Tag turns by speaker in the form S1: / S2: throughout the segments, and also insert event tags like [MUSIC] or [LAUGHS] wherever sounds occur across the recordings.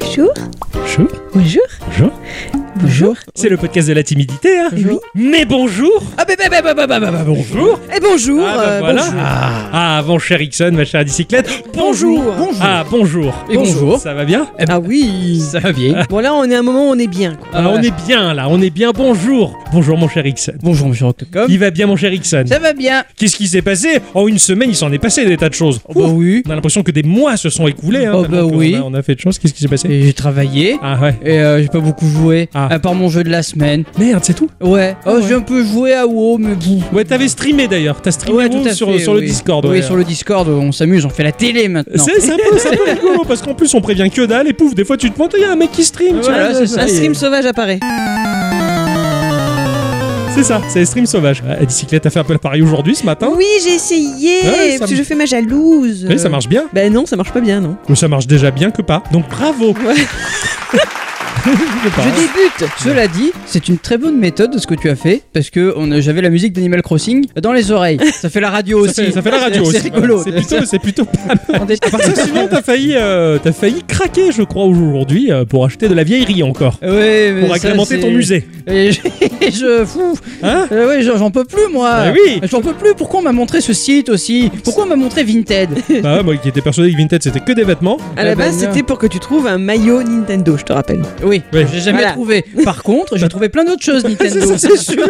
S1: Bonjour.
S2: Bonjour.
S1: Bonjour.
S2: Bonjour.
S1: Bonjour.
S2: C'est le podcast de la timidité, hein
S1: Bonjour.
S2: Mais bonjour
S1: Ah bah, bah, bah, bah, bah, bah, bah, bah,
S2: Bonjour
S1: Et bonjour.
S2: Ah, bah,
S1: euh,
S2: voilà.
S1: bonjour.
S2: Ah, ah, mon cher Ixon, ma chère bicyclette, bonjour
S1: Bonjour.
S3: Bonjour.
S2: Ah, bonjour
S3: Et bonjour. Eh ben,
S2: Ça va bien
S1: Ah oui.
S3: va bien.
S1: Bon là on est à un moment où on est bien. quoi.
S2: Ah, On est bien là, on est bien, bonjour Bonjour mon cher Ixon.
S3: Bonjour, monsieur Octocom.
S2: Il va bien mon cher Ixon
S1: Ça va bien.
S2: Qu'est-ce qui s'est passé En une semaine, il s'en est passé des tas de choses.
S3: Oh, bah oui.
S2: On a l'impression que des mois se sont écoulés. Hein,
S3: Oh, bah
S2: tellement qu'on
S3: oui.
S2: a- On a, fait de choses, qu'est-ce qui s'est passé
S3: Et J'ai travaillé.
S2: Ah ouais.
S3: Et euh, j'ai pas beaucoup joué.
S2: Ah.
S3: À part mon jeu de la semaine.
S2: Merde, c'est tout
S3: Ouais. Oh,
S2: Ouais.
S3: j'ai un peu joué à WoW, mais bon.
S2: Ouais, t'avais streamé d'ailleurs, t'as streamé
S3: Ouais, tout à
S2: sur,
S3: fait,
S2: sur le
S3: oui.
S2: Discord.
S3: Oui,
S2: ouais.
S3: sur le Discord, on s'amuse, on fait la télé maintenant.
S2: C'est c'est un, peu- c'est un peu rigolo parce qu'en plus on prévient que dalle et pouf, des fois tu te montes, il y a un mec qui stream. tu
S3: Voilà,
S2: vois,
S3: c'est ça.
S1: Un
S3: y est.
S1: stream sauvage apparaît.
S2: C'est ça, c'est stream sauvage. Ah, La bicyclette a fait un peu le pari aujourd'hui ce
S3: Euh.
S2: matin.
S1: Oui j'ai essayé.
S2: Ouais, ça
S1: parce
S2: me-
S1: que je fais ma jalouse.
S2: Oui, ça marche bien.
S1: Ben non ça marche pas bien non.
S2: Mais ça marche déjà bien que pas. Donc bravo. [LAUGHS] Je sais pas.
S3: Je débute. Cela dit, c'est une très bonne méthode ce que tu as fait parce que on a- j'avais la musique d'Animal Crossing dans
S2: [LAUGHS]
S3: les oreilles. Ça fait la radio
S2: Ça
S3: aussi.
S2: fait, ça fait la radio aussi.
S3: [LAUGHS] C'est rigolo.
S2: Voilà, C'est plutôt, c'est plutôt pas mal. [LAUGHS]
S3: On est-
S2: À part ça, sinon, t'as failli, euh, t'as failli craquer, je crois, aujourd'hui, euh, pour acheter de la vieillerie encore.
S3: Ouais, mais
S2: Pour
S3: Euh, ça,
S2: agrémenter
S3: c'est-
S2: ton musée.
S3: Et je, [LAUGHS] et je- fou, [LAUGHS]
S2: Hein
S3: Euh, ouais, j'en j'en peux plus moi.
S2: Bah oui.
S3: J'en peux plus. Pourquoi on m'a montré ce site aussi Pourquoi on m'a montré
S2: [LAUGHS]
S3: Vinted
S2: Bah ouais, moi qui étais persuadé que Vinted c'était que des vêtements.
S1: À la
S3: Eh ben,
S1: base
S3: non.
S1: c'était pour que tu trouves un maillot Nintendo je te rappelle.
S3: Oui,
S2: Ouais.
S3: j'ai jamais
S1: Voilà.
S3: trouvé. Par contre, j'ai trouvé plein d'autres
S2: [LAUGHS]
S3: choses
S2: C'est ça,
S3: Nintendo.
S2: c'est
S3: [LAUGHS]
S2: sûr.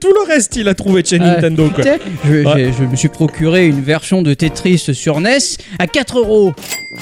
S2: Tout le reste, il a trouvé de chez
S3: Ah,
S2: Nintendo. quoi.
S3: putain, je,
S2: Ouais.
S3: j'ai- je me suis procuré une version de Tetris sur NES à 4 euros.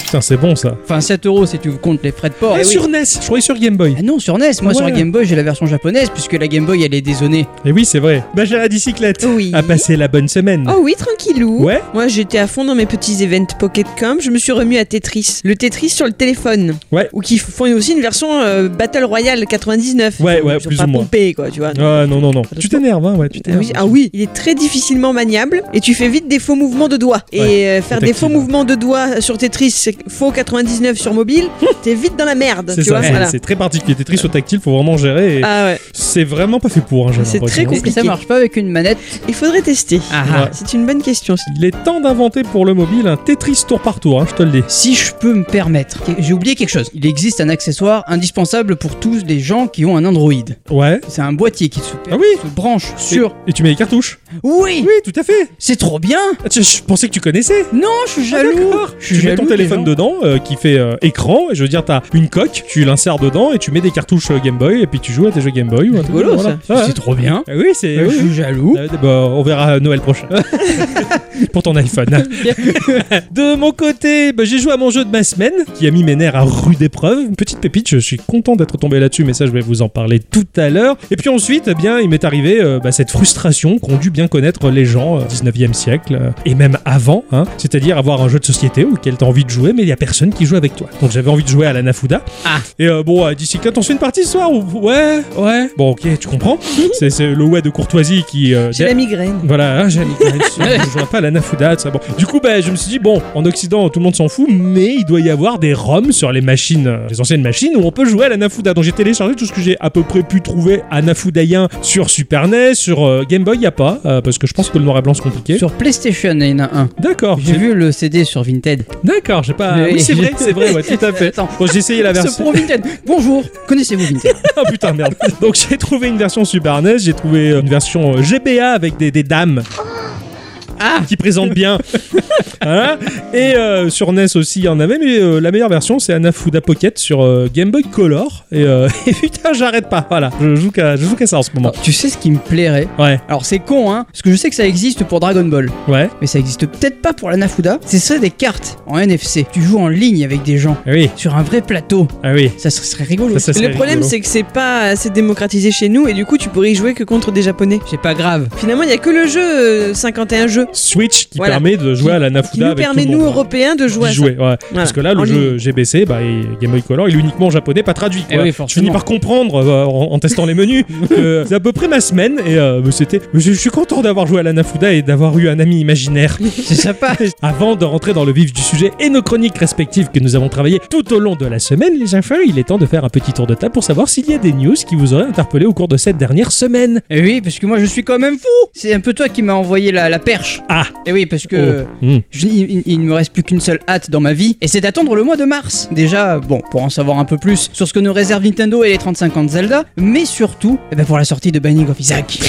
S2: Putain, c'est bon ça.
S3: Enfin, 7 euros si tu comptes les frais de port.
S2: Ah,
S3: Eh oui.
S2: sur NES, je croyais sur Game Boy.
S3: Ah non, sur NES. Moi, sur
S2: Ouais.
S3: la Game Boy, j'ai la version japonaise puisque la Game Boy, elle est désonnée.
S2: Et oui, c'est vrai. Bah, j'ai la bicyclette.
S1: Oui.
S2: A passé la bonne semaine.
S1: Oh oui, tranquillou.
S2: Ouais.
S1: Moi, j'étais à fond dans mes petits events Pocket.com. Je me suis remis à Tetris. Le Tetris sur le téléphone.
S2: Ouais.
S1: Ou qui font aussi une version euh, Battle Royale 99.
S2: Ouais,
S1: Ils ont-
S2: ouais,
S1: ils ont
S2: plus
S1: pas
S2: ou moins.
S1: pompé, quoi, tu vois.
S2: Ah non, non, non. Tu t'énerves, hein, ouais, tu
S1: Ah
S2: t'énerves.
S1: oui, ah oui, il est très difficilement maniable et tu fais vite des faux mouvements de doigts. Et
S2: Ouais,
S1: euh, faire
S2: faut
S1: des
S2: tactile.
S1: faux mouvements de doigts sur Tetris, c'est faux 99 sur
S2: [LAUGHS]
S1: mobile, t'es vite dans la merde. Tu
S2: C'est ça,
S1: vois,
S2: c'est-
S1: voilà.
S2: c'est très particulier. Tetris au tactile, faut vraiment gérer. et
S1: Ah ouais,
S2: C'est vraiment pas fait pour, hein, j'ai
S1: C'est
S2: l'impression.
S1: très
S3: Et, et ça
S1: Compliqué.
S3: marche pas avec une manette.
S1: il faudrait tester.
S3: Ah,
S2: Ouais.
S3: ah.
S1: C'est une bonne question.
S2: Il est temps d'inventer pour le mobile un Tetris tour par tour, hein, je te le dis.
S3: Si je peux me permettre, j'ai oublié quelque chose. Il existe un accessoire indispensable pour tous les gens qui ont un Android.
S2: Ouais.
S3: C'est un boîtier qui se,
S2: Ah oui
S3: se branche sur.
S2: Et tu mets les cartouches
S3: Oui,
S2: Oui, tout à fait.
S3: c'est trop bien.
S2: Ah, tu- Je pensais que tu connaissais.
S3: Non, je suis
S2: Ah,
S3: jaloux.
S2: d'accord.
S3: Je suis
S2: Tu mets
S3: jaloux
S2: ton
S3: des
S2: téléphone
S3: gens.
S2: dedans euh, qui fait euh, écran, et je veux dire, t'as une coque, tu l'insères dedans et tu mets des cartouches euh, Game Boy et puis tu joues à tes jeux Game Boy ou un truc.
S1: rigolo,
S2: voilà.
S3: C'est
S2: Ah, ouais.
S3: trop bien.
S2: Ah oui, c'est.
S3: Euh,
S2: oui,
S3: Je
S2: oui.
S3: suis jaloux.
S2: Euh, bah, on verra Noël [LAUGHS] prochain. Pour ton iPhone. de mon côté, bah, j'ai joué à mon jeu de ma semaine qui a mis mes nerfs à rude épreuve. Une petite pépite, je suis content d'être tombé là-dessus, mais ça, je vais vous en parler tout à l'heure. Et puis ensuite, eh bien, il m'est arrivé euh, bah, cette frustration qu'ont dû bien connaître les gens euh, 19e siècle euh, et même avant, hein. c'est-à-dire avoir un jeu de société auquel tu as envie de jouer, mais il n'y a personne qui joue avec toi. Donc j'avais envie de jouer à la Nafuda.
S3: Ah.
S2: Et euh, bon, à d'ici on se fait une partie ce soir ou... Ouais, ouais. Bon, ok, tu
S3: [LAUGHS]
S2: comprends. C'est c'est le ouais de courtoisie qui. euh,
S1: J'ai la migraine.
S2: voilà, hein,
S3: [LAUGHS]
S2: j'ai mis quand même sur- je vois pas la Nafuda, tout ça. Bon. Du coup, bah, je me suis dit, bon, en Occident, tout le monde s'en fout, mais il doit y avoir des ROM sur les machines, euh, les anciennes machines, où on peut jouer à la Nafuda. Donc j'ai téléchargé tout ce que j'ai à peu près pu trouver à Nafudaïen sur Super NES, sur euh, Game Boy, y a pas, euh, parce que je pense que le noir et blanc c'est compliqué.
S3: Sur PlayStation, il y en a un.
S2: D'accord,
S3: J'ai
S2: j'ai-
S3: vu le CD sur Vinted.
S2: D'accord, j'ai pas. Ah
S3: Mais-
S2: Oui, c'est vrai, c'est vrai, ouais, tout
S3: [LAUGHS]
S2: à fait.
S3: Attends.
S2: Bon, j'ai essayé la version.
S3: Ce pro Vinted. Bonjour. Connaissez-vous Vinted
S2: [LAUGHS] Ah putain merde. Donc j'ai trouvé une version Super NES, j'ai trouvé une version euh, GBA avec des, des dames.
S1: Ah.
S2: qui présentent
S1: [LAUGHS]
S2: bien. Voilà. Et euh, sur NES aussi, il y en avait, mais euh, la meilleure version, c'est Anafuda Pocket sur euh, Game Boy Color. Et, euh, [LAUGHS] et putain, j'arrête pas. Voilà, je joue qu'à je joue qu'à ça en ce moment.
S3: Tu sais ce qui me plairait
S1: Oh.
S2: Ouais,
S3: Alors c'est con, hein Parce que je sais que ça existe pour Dragon Ball,
S2: ouais.
S3: mais ça existe peut-être pas pour la Nafuda. C'est ça des cartes en NFC. Tu joues en ligne avec des gens
S2: Ah oui,
S3: sur un vrai plateau.
S2: ah oui.
S3: Ça serait, serait rigolo.
S2: Ça, ça serait
S1: Le problème,
S2: rigolo.
S1: c'est que c'est pas assez démocratisé chez nous et du coup, tu pourrais y jouer que contre des japonais.
S3: C'est pas grave.
S1: Finalement, il n'y a que le jeu euh, 51 jeux
S2: Switch qui
S1: Voilà.
S2: permet de jouer
S1: Qui-
S2: à la
S1: qui
S2: Nafuda
S1: nous
S2: avec
S1: permet,
S2: tout le monde. hein.
S1: nous, Européens, de jouer à
S2: D'y
S1: ça.
S2: jouer, ouais. Parce que là, le
S1: en
S2: jeu GBC, bah, et Game Boy Color, il est uniquement japonais, pas traduit.
S3: Eh
S2: quoi.
S3: oui,
S2: je finis
S3: forcément.
S2: par comprendre euh, en, en testant les
S3: [LAUGHS]
S2: menus. Euh, c'est à peu près ma semaine et euh, c'était. Je, je suis content d'avoir joué à la Nafuda et d'avoir eu un ami
S3: [LAUGHS]
S2: imaginaire. [LAUGHS]
S3: C'est sympa.
S2: Avant de rentrer dans le vif du sujet et nos chroniques respectives que nous avons travaillées tout au long de la semaine, les enfants, il est temps de faire un petit tour de table pour savoir s'il y a des news qui vous auraient interpellé au cours de cette dernière semaine.
S3: Eh oui, parce que moi je suis quand même fou. C'est un peu toi qui m'as envoyé la, la perche.
S2: Ah.
S3: dimanche. Et oui, parce que
S2: Oh. Hmm.
S3: je- il, il- il ne me reste plus qu'une seule hâte dans ma vie, et c'est d'attendre le mois de mars. Déjà, bon, pour en savoir un peu plus sur ce que nous réserve Nintendo et les 35 ans de Zelda, mais surtout, eh ben, pour la sortie de Binding of Isaac.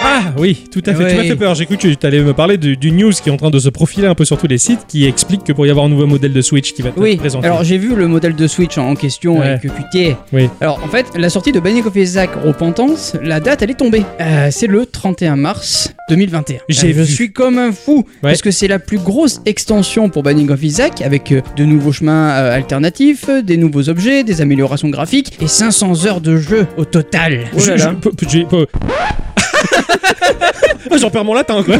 S2: Ah oui, tout à fait.
S3: Ouais.
S2: Tu m'as fait peur. J'ai cru que tu allais me parler du, du news qui est en train de se profiler un peu sur tous les sites qui explique que pour y avoir un nouveau modèle de Switch qui va être
S3: Oui,
S2: présenté.
S3: alors j'ai vu le modèle de Switch en en question
S2: Ouais.
S3: avec QT.
S2: Oui.
S3: Alors en fait, la sortie de Binding of Isaac Repentance, la date elle est tombée. Euh, c'est le 31 mars 2021.
S2: J'ai
S3: Euh, je
S2: vu.
S3: suis comme un fou parce que c'est la plus grosse extension pour Binding of Isaac avec euh, de nouveaux chemins euh, alternatifs, euh, des nouveaux objets, des améliorations graphiques et 500 heures de jeu au total.
S1: Oh là
S2: Je-
S1: là.
S2: je peux- j'ai- peux- Ah, J'en perds mon latin quoi.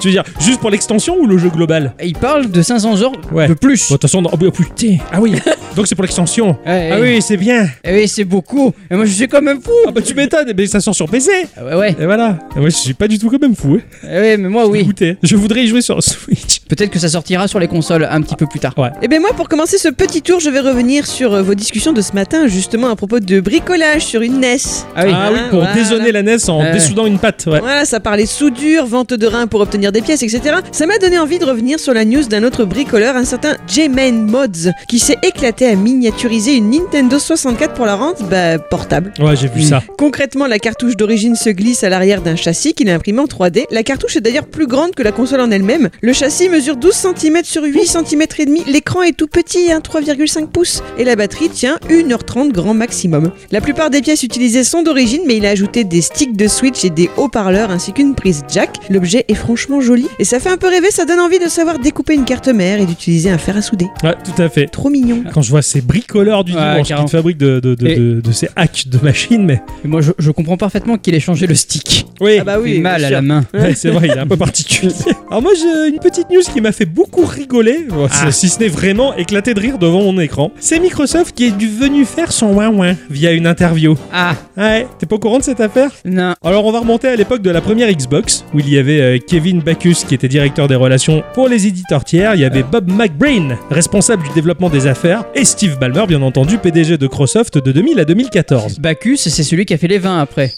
S2: tu veux dire juste pour l'extension ou le jeu global
S3: Il parle de 500 heures
S2: Ouais.
S3: de plus.
S2: Bon, de toute façon, oh, putain. Ah oui. Donc c'est pour l'extension.
S3: Ouais,
S2: Ah oui, c'est bien.
S3: eh oui, c'est beaucoup. Et moi je suis comme un fou.
S2: Ah bah tu m'étonnes, mais ça sort sur PC.
S3: Ah Ouais, ouais.
S2: Et voilà. Ah ouais, je suis pas du tout quand même fou. hein.
S3: Eh ouais, mais moi oui.
S2: Écoutez, hein, je voudrais y jouer sur Switch.
S3: Peut-être que ça sortira sur les consoles un petit peu plus tard.
S1: Et bien Eh ben, moi, pour commencer ce petit tour, je vais revenir sur euh, vos discussions de ce matin, justement à propos de bricolage sur une NES.
S3: Ah oui.
S2: Ah oui,
S1: Ah,
S2: pour
S1: voilà.
S2: désonner la NES en
S3: Ouais.
S2: dessoudant une patte. Ouais.
S1: Voilà, ça parlait soudure, vente de reins pour obtenir des pièces, etc. Ça m'a donné envie de revenir sur la news d'un autre bricoleur, un certain J-Man Mods, qui s'est éclaté à miniaturiser une Nintendo 64 pour la rente, bah, portable.
S2: Ouais, j'ai vu
S3: Mm.
S2: ça.
S1: Concrètement, la cartouche d'origine se glisse à l'arrière d'un châssis qu'il a imprimé en 3D. La cartouche est d'ailleurs plus grande que la console en elle-même. Le châssis mesure 12 cm sur 8 cm et demi. L'écran est tout petit, hein, 3,5 pouces. Et la batterie tient 1h30 grand maximum. La plupart des pièces utilisées sont d'origine, mais il a ajouté des sticks de Switch et des haut-parleurs ainsi qu'une prise jack. L'objet est franchement joli. Et ça fait un peu rêver, ça donne envie de savoir découper une carte mère et d'utiliser un fer à souder.
S2: Ouais, tout à fait.
S1: Trop mignon.
S2: Quand je vois ces bricoleurs du
S3: Ouais,
S2: dimanche qui
S3: carrément.
S2: te fabriquent de, de, de,
S3: Et-
S2: de- de ces hacks de machines, mais.
S3: Et Moi, je, je comprends parfaitement qu'il ait changé le stick.
S2: Oui.
S1: Ah bah oui,
S3: Il Eh, fait mal
S1: bien
S3: à
S1: sûr.
S3: la main.
S2: Ouais, c'est vrai, il est un peu particulier.
S3: [LAUGHS]
S2: Alors moi, j'ai une petite news qui m'a fait beaucoup rigoler,
S3: Ah.
S2: si ce n'est vraiment éclater de rire devant mon écran. C'est Microsoft qui est du- venu faire son ouin-ouin via une interview.
S3: Ah,
S2: Ouais, t'es pas au courant de cette affaire
S3: non.
S2: Alors on va remonter à l'époque de la première Xbox, où il y avait euh, Kevin Backus qui était directeur des relations pour les éditeurs tiers, il y avait Bob McBrain, responsable du développement des affaires, et Steve Ballmer, bien entendu, PDG de Microsoft de 2000 à 2014.
S3: Bacchus, c'est celui qui a fait les vins après.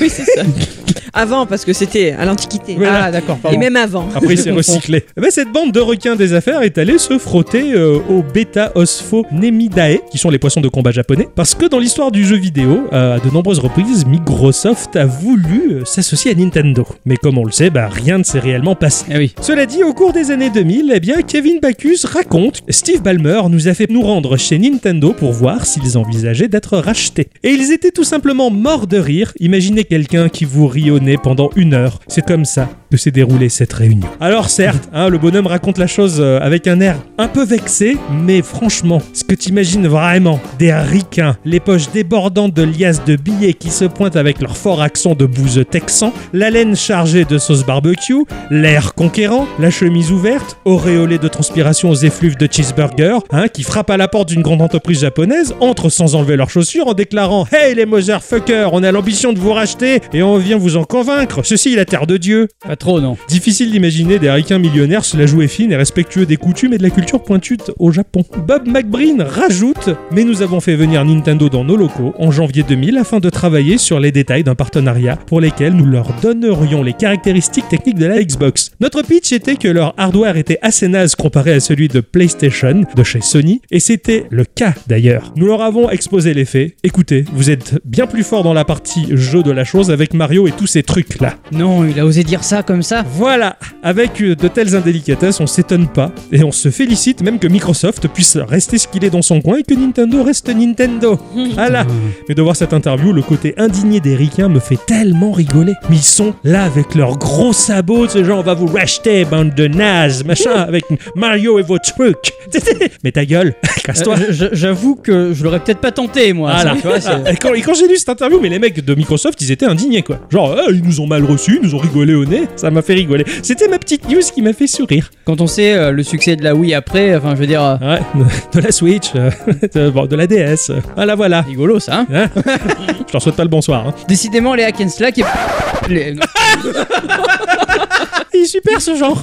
S1: Oui, c'est ça. avant, parce que c'était à l'Antiquité.
S2: Voilà.
S3: Ah, d'accord,
S1: Et
S3: pardon.
S1: même avant.
S2: [LAUGHS] Après, il
S3: Je
S2: s'est
S3: comprends.
S2: recyclé. Mais cette bande de requins des affaires est allée se frotter euh, aux bêta osphonemidae, qui sont les poissons de combat japonais, parce que dans l'histoire du jeu vidéo, euh, à de nombreuses reprises, Microsoft a voulu euh, s'associer à Nintendo. Mais comme on le sait, bah, rien ne s'est réellement passé.
S3: Eh oui.
S2: Cela dit, au cours des années 2000, eh bien, Kevin Backus raconte Steve Ballmer nous a fait nous rendre chez Nintendo pour voir s'ils envisageaient d'être rachetés. Et ils étaient tout simplement morts de rire. Imaginez quelqu'un qui vous rit au nez pendant une heure. C'est comme ça que s'est déroulée cette réunion. Alors certes, hein, le bonhomme raconte la chose euh, avec un air un peu vexé, mais franchement, ce que t'imagines vraiment, des ricains, les poches débordantes de liasses de billets qui se pointent avec leur fort accent de bouseux texan, la laine chargée de sauce barbecue, l'air conquérant, la chemise ouverte, auréolée de transpiration aux effluves de cheeseburger, hein, qui frappe à la porte d'une grande entreprise japonaise, entre sans enlever leurs chaussures en déclarant Hey les motherfuckers, on a l'ambition de vous racheter et on vient vous en convaincre, ceci est la terre de Dieu.
S3: Pas trop, non.
S2: Difficile d'imaginer des ricains millionnaires se la jouer fine et respectueux des coutumes et de la culture pointute au Japon. Bob McBreen rajoute Mais nous avons fait venir Nintendo dans nos locaux en janvier 2000 afin de travailler sur les détails d'un partenariat pour lesquels nous leur donnerions les caractéristiques techniques de la Xbox. Notre pitch était que leur hardware était assez naze comparé à celui de PlayStation de chez Sony, et c'était le cas d'ailleurs. Nous leur avons exposé les faits. Écoutez, vous êtes bien plus fort dans la partie jeu de la chose avec Mario et tous ces trucs là.
S3: Non, il a osé dire ça comme ça.
S2: Voilà, avec euh, de telles indélicatesses, on s'étonne pas et on se félicite même que Microsoft puisse rester ce qu'il est dans son coin et que Nintendo reste Nintendo. Voilà. Mais de voir cette interview, le côté indigné des ricains me fait tellement rigoler. Mais ils sont là avec leurs gros sabots, ce genre on va vous racheter, bande de nazes, machin, avec Mario et vos trucs. [LAUGHS] Mais ta gueule, [LAUGHS] casse-toi.
S3: Euh, je- je- J'avoue que je l'aurais peut-être pas tenté, moi.
S2: Voilà.
S3: [LAUGHS] ça, tu vois, c'est-
S2: Et quand, et quand j'ai lu cette interview, mais les mecs de Microsoft, ils étaient indignés quoi. Genre, Ah, ils nous ont mal reçus, ils nous ont rigolé au nez. Ça m'a fait rigoler. C'était ma petite news qui m'a fait sourire.
S3: Quand on sait euh, le succès de la Wii après, enfin, je veux dire, euh,
S2: Ouais, [LAUGHS] de la Switch, euh, [LAUGHS] de, bon, de la DS. euh, Voilà, voilà.
S3: rigolo ça. hein.
S2: Hein Je leur souhaite pas le bonsoir. hein.
S3: Décidément, les hack and slack et. les-
S2: Il est super ce genre.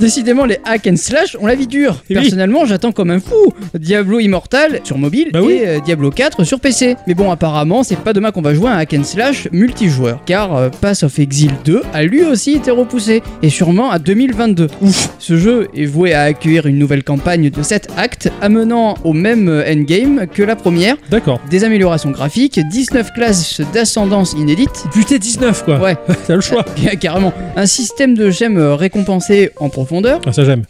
S3: Décidément, les hack and slash, on la vie dure.
S2: Eh Oui.
S3: Personnellement, j'attends comme un fou Diablo Immortal sur mobile
S2: Bah oui.
S3: et euh, Diablo 4 sur PC. Mais bon, apparemment, c'est pas demain qu'on va jouer à un hack and slash multijoueur, car euh, Pass of Exile 2 a lui aussi été repoussé, et sûrement à 2022. Ouf Ce jeu est voué à accueillir une nouvelle campagne de 7 actes, amenant au même euh, endgame que la première,
S2: [LAUGHS] D'accord.
S3: des améliorations graphiques, 19 classes d'ascendance inédite, [LAUGHS]
S2: Putain, 19 quoi.
S3: Ouais.
S2: [LAUGHS] T'as le choix.
S3: carrément, un système de gemmes euh, récompensées en profondeur,
S2: Ah, ça j'aime.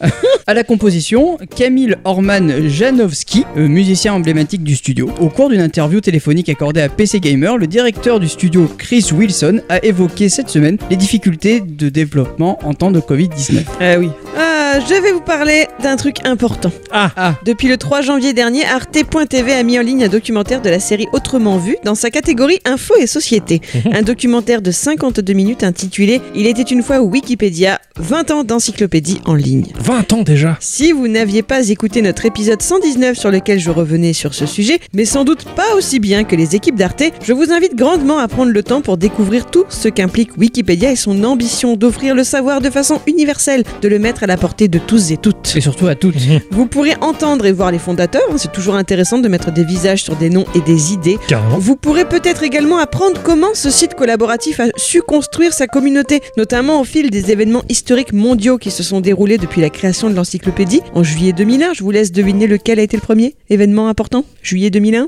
S3: à la composition, Camille Orman Janowski, euh, musicien emblématique du studio. Au cours d'une interview téléphonique accordée à PC Gamer, le directeur du studio Chris Wilson a évoqué cette semaine les difficultés de développement en temps de Covid-19.
S1: Ah oui. Ah, je vais vous parler d'un truc important.
S2: Ah.
S3: Ah.
S1: Depuis le 3 janvier dernier, Arte.tv a mis en ligne un documentaire de la série Autrement Vu dans sa catégorie Info et Société. un documentaire de 52 minutes intitulé Il était une fois Wikipédia, 20 ans d'encyclopédie en ligne.
S2: 20 ans déjà.
S1: Si vous n'aviez pas écouté notre épisode 119 sur lequel je revenais sur ce sujet, mais sans doute pas aussi bien que les équipes d'Arte, je vous invite grandement à prendre le temps pour découvrir tout ce qu'implique Wikipédia et son ambition d'offrir le savoir de façon universelle, de le mettre à la portée de tous et toutes.
S3: Et surtout à toutes.
S2: Mhm.
S1: Vous pourrez entendre et voir les fondateurs, hein, c'est toujours intéressant de mettre des visages sur des noms et des idées.
S2: Carrément.
S1: Vous pourrez peut-être également apprendre comment ce site collaboratif a su construire sa communauté, notamment au fil des événements historiques mondiaux qui se sont déroulés depuis la création de l'encyclopédie en juillet 2001. Je vous laisse deviner lequel a été le premier événement important Juillet 2001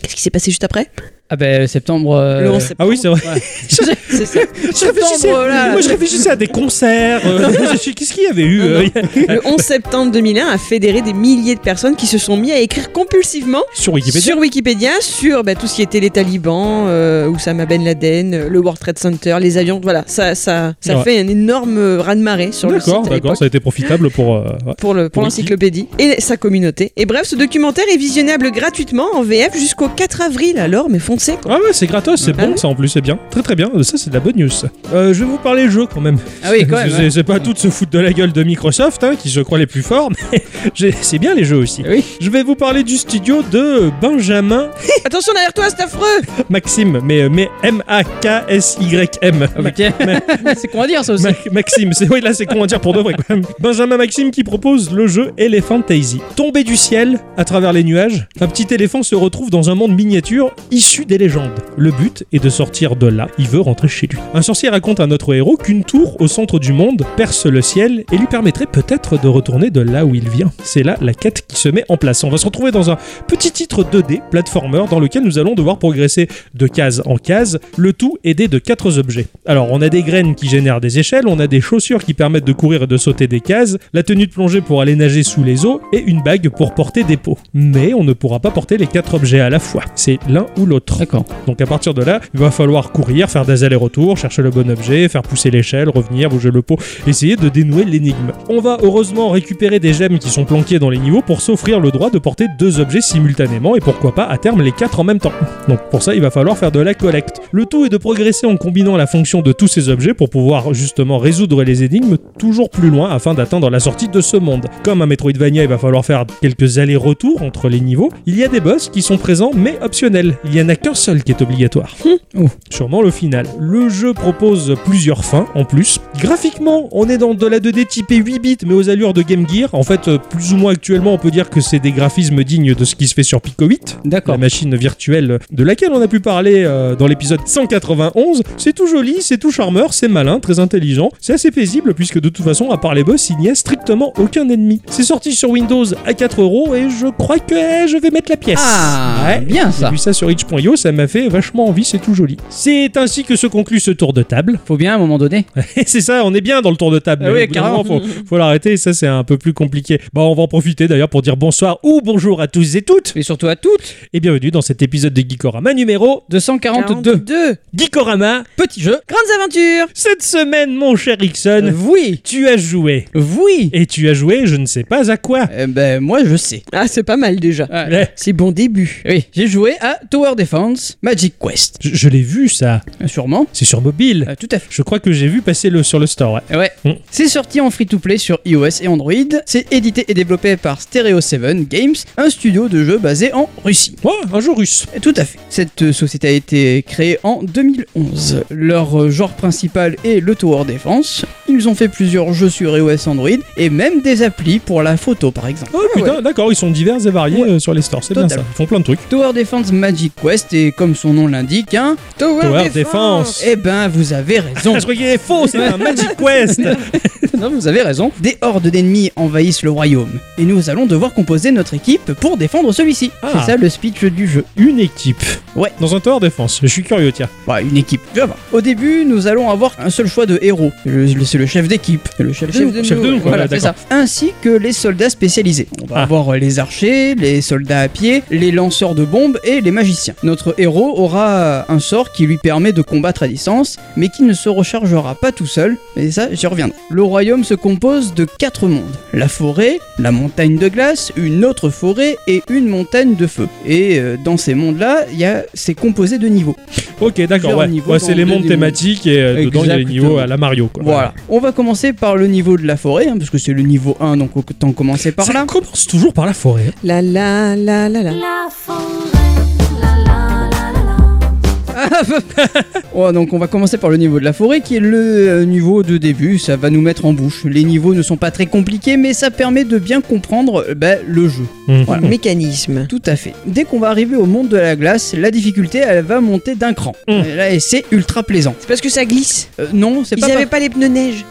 S1: Qu'est-ce qui s'est passé juste après
S3: Ah ben septembre... euh,
S1: Le 11 septembre.
S2: Ah oui, c'est vrai.
S1: [LAUGHS] C'est ça.
S2: [LAUGHS] Je réfléchissais,
S3: Septembre, là.
S2: moi je réfléchissais à des concerts. euh, je- Qu'est-ce qu'il y avait eu
S1: Non,
S2: euh,
S1: Le 11 septembre 2001 a fédéré des milliers de personnes qui se sont mis à écrire compulsivement
S2: sur Wikipédia
S1: sur Wikipédia, sur bah, tout ce qui était les talibans, euh, Oussama Ben Laden, euh, le World Trade Center, les avions, voilà, ça, ça, ça
S2: Ouais.
S1: fait un énorme euh, raz-de-marée sur le site
S2: D'accord,
S1: à
S2: d'accord,
S1: l'époque.
S2: ça a été profitable pour. euh, ouais.
S1: Pour le- pour
S2: Pour
S1: l'encyclopédie et sa communauté. Et bref, ce documentaire est visionnable gratuitement en VF jusqu'au 4 avril alors, mais foncez [LAUGHS] quoi.
S2: Ah ouais, c'est gratos, c'est
S1: Ah
S2: bon,
S1: oui.
S2: ça en plus, c'est bien. Très très bien, ça c'est de la bonne news. ça. Euh, je vais vous parler jeu quand même.
S3: Ah oui, quand même.
S2: C'est-
S3: ouais.
S2: C'est pas tout de se foutre de la gueule de Microsoft, hein, qui je crois les plus forts, [LAUGHS] mais j'ai- c'est bien les jeux aussi.
S3: Eh Oui.
S2: Je vais vous parler du studio de Benjamin
S1: Attention derrière toi, c'est affreux
S2: Maxime, mais, euh, mais M-A-K-S-Y-M.
S3: Ah, putain. [LAUGHS] c'est qu'on va dire ça aussi.
S2: Ma- Maxime, c'est oui là c'est comment dire pour de vrai quand même. Benjamin Maxime qui propose le jeu Elephant Daisy. Tombé du ciel à travers les nuages, un petit éléphant se retrouve dans un monde miniature issu des légendes. Le but est de sortir de là, il veut rentrer chez lui. Un sorcier raconte à notre héros qu'une tour au centre du monde perce le ciel et lui permettrait peut-être de retourner de là où il vient. C'est là la quête qui se met en place. On va se retrouver dans un petit titre 2D platformer dans lequel nous allons devoir progresser de case en case, le tout aidé de quatre objets. Alors, on a des graines qui génèrent des échelles, on a des chaussures qui permettent de courir et de sauter des cases, la tenue de plongée pour aller nager sous les eaux et une bague pour porter des pots. Mais on ne pourra pas porter les quatre objets à la fois. C'est l'un ou l'autre.
S3: D'accord.
S2: Donc à partir de là, il va falloir courir, faire des allers-retours, chercher le bon objet, faire pousser l'échelle, revenir, bouger le pot, essayer de dénouer l'énigme. On va heureusement récupérer des gemmes qui sont planquées dans les niveaux pour s'offrir le droit de porter deux objets simultanément et pourquoi pas à terme les quatre en même temps. Donc pour ça, il va falloir faire de la collecte. Le tout est de progresser en combinant la fonction de tous ces objets pour pouvoir justement résoudre les énigmes toujours plus loin afin d'atteindre la sortie de ce monde. Comme un Metroidvania, il va falloir faire quelques allers-retours entre les niveaux. Il y a des boss qui sont présents mais optionnels. Il n'y en a qu'un seul qui est obligatoire.
S3: Oh.
S2: Sûrement le final. Le jeu propose plusieurs fins en plus. Graphiquement, on est dans de la 2D typée 8 bits mais aux allures de Game Gear. En fait, euh, plus ou moins actuellement, on peut dire que c'est des graphismes dignes de ce qui se fait sur Pico 8 la
S3: D'accord.
S2: machine virtuelle de laquelle on a pu parler euh, dans l'épisode 191. C'est tout joli, c'est tout charmeur, c'est malin, très intelligent, c'est assez paisible puisque de toute façon, à part les boss, il n'y a strictement aucun ennemi. C'est sorti sur Windows à 4 euros et je crois que eh, je vais mettre la pièce.
S3: Ah,
S2: Ouais.
S3: bien
S2: J'ai
S3: ça.
S2: vu ça sur itch.io, ça m'a fait vachement envie, c'est tout joli. C'est ainsi que se conclut ce tour de table. [LAUGHS]
S3: Faut bien à un moment donné.
S2: Et c'est ça, on est bien dans le tour de table.
S3: Ah oui,
S2: mais au bout d'un
S3: carrément.
S2: moment, Faut, faut l'arrêter, ça c'est un peu plus compliqué. Bah, on va en profiter d'ailleurs pour dire bonsoir ou bonjour à tous et toutes.
S3: Et surtout à toutes.
S2: Et bienvenue dans cet épisode de Geekorama numéro
S3: 242.
S1: 42.
S2: Geekorama.
S3: Petit jeu.
S1: Grandes aventures
S2: Cette semaine, mon cher
S3: Euh,
S2: Ixon,
S3: Oui.
S2: tu as joué.
S3: Oui.
S2: Et tu as joué, je ne sais pas à quoi.
S3: Eh ben moi je sais.
S1: Ah, c'est pas mal déjà.
S3: Ouais.
S2: Mais-
S1: C'est bon début.
S3: Oui, j'ai Eh joué à Tower Dance, Magic Quest. Euh,
S2: Je, je l'ai vu ça.
S3: Sûrement.
S2: C'est sur mobile.
S3: Euh, tout à fait.
S2: Je crois que j'ai vu passer le sur le store. ouais.
S3: Ouais.
S2: Mm.
S3: C'est sorti en free-to-play sur iOS et Android. C'est édité et développé par Stereo 7 Games, un studio de jeux basé en Russie.
S2: Oh, un jour russe.
S3: Et Tout à fait. Cette euh, société a été créée en 2011. Leur euh, genre principal est le tower defense. Ils ont fait plusieurs jeux sur iOS Android et même des applis pour la photo par exemple.
S2: Oh putain, d'accord, ils sont divers et variés
S3: Ah Ouais.
S2: euh, sur les stores, c'est bien ça.
S3: Total.
S2: Ils font plein de trucs.
S3: Tower Defense Magic Quest est comme son nom l'indique, hein,
S1: Tower,
S2: Tower
S1: Defense.
S2: Defense.
S3: eh ben vous avez raison.
S2: Ah, je croyais qu'il est faux, c'est un
S3: [LAUGHS]
S2: Magic Quest.
S3: Non, vous avez raison. Des hordes d'ennemis envahissent le royaume. Et nous allons devoir composer notre équipe pour défendre celui-ci.
S2: Ah.
S3: C'est ça le speech du jeu.
S2: Une équipe.
S3: Ouais.
S2: Dans un tower défense. Je suis curieux, tiens.
S3: Bah, une équipe. Tu vas voir. Au début, nous allons avoir un seul choix de héros. Le- le- C'est le chef d'équipe. Le chef,
S1: Chef de
S2: Chef de
S1: Ouais,
S2: nous, quoi.
S3: Voilà,
S2: Ouais,
S3: c'est
S2: d'accord.
S3: ça. Ainsi que les soldats spécialisés. On va
S2: Ah.
S3: avoir les archers, les soldats à pied, les lanceurs de bombes et les magiciens. Notre héros aura un sort qui lui permet de combattre à distance, mais qui ne se rechargera pas tout seul, mais ça, j'y reviendrai. Le royaume se compose de quatre mondes. La forêt, la montagne de glace, une autre forêt et une montagne de feu. Et euh, dans ces mondes-là, il y a- c'est composé de niveaux.
S2: Ok, d'accord,
S3: Plusieurs
S2: ouais.
S3: niveaux
S2: Ouais, c'est
S3: dans
S2: les
S3: deux
S2: mondes
S3: niveaux.
S2: thématiques et euh, dedans il y a les
S3: Exactement.
S2: niveaux à la Mario, quoi.
S3: Voilà. On va commencer par le niveau de la forêt, hein, parce que c'est le niveau 1, donc autant commencer par
S2: Ça
S3: là.
S2: commence toujours par la forêt. hein.
S1: La la la la la.
S4: La forêt, la la la la la.
S3: Oh, donc on va commencer par le niveau de la forêt qui est le euh, niveau de début, ça va nous mettre en bouche. Les niveaux ne sont pas très compliqués mais ça permet de bien comprendre euh, bah, le jeu.
S2: Mhm.
S3: Voilà.
S1: Mécanisme.
S3: Tout à fait. Dès qu'on va arriver au monde de la glace, la difficulté elle va monter d'un cran.
S2: Mm.
S3: Et Là et c'est ultra plaisant.
S1: C'est parce que ça glisse.
S3: Euh, non, c'est
S1: Ils
S3: pas... [LAUGHS] Euh,
S1: n'avaient pas les pneus neige.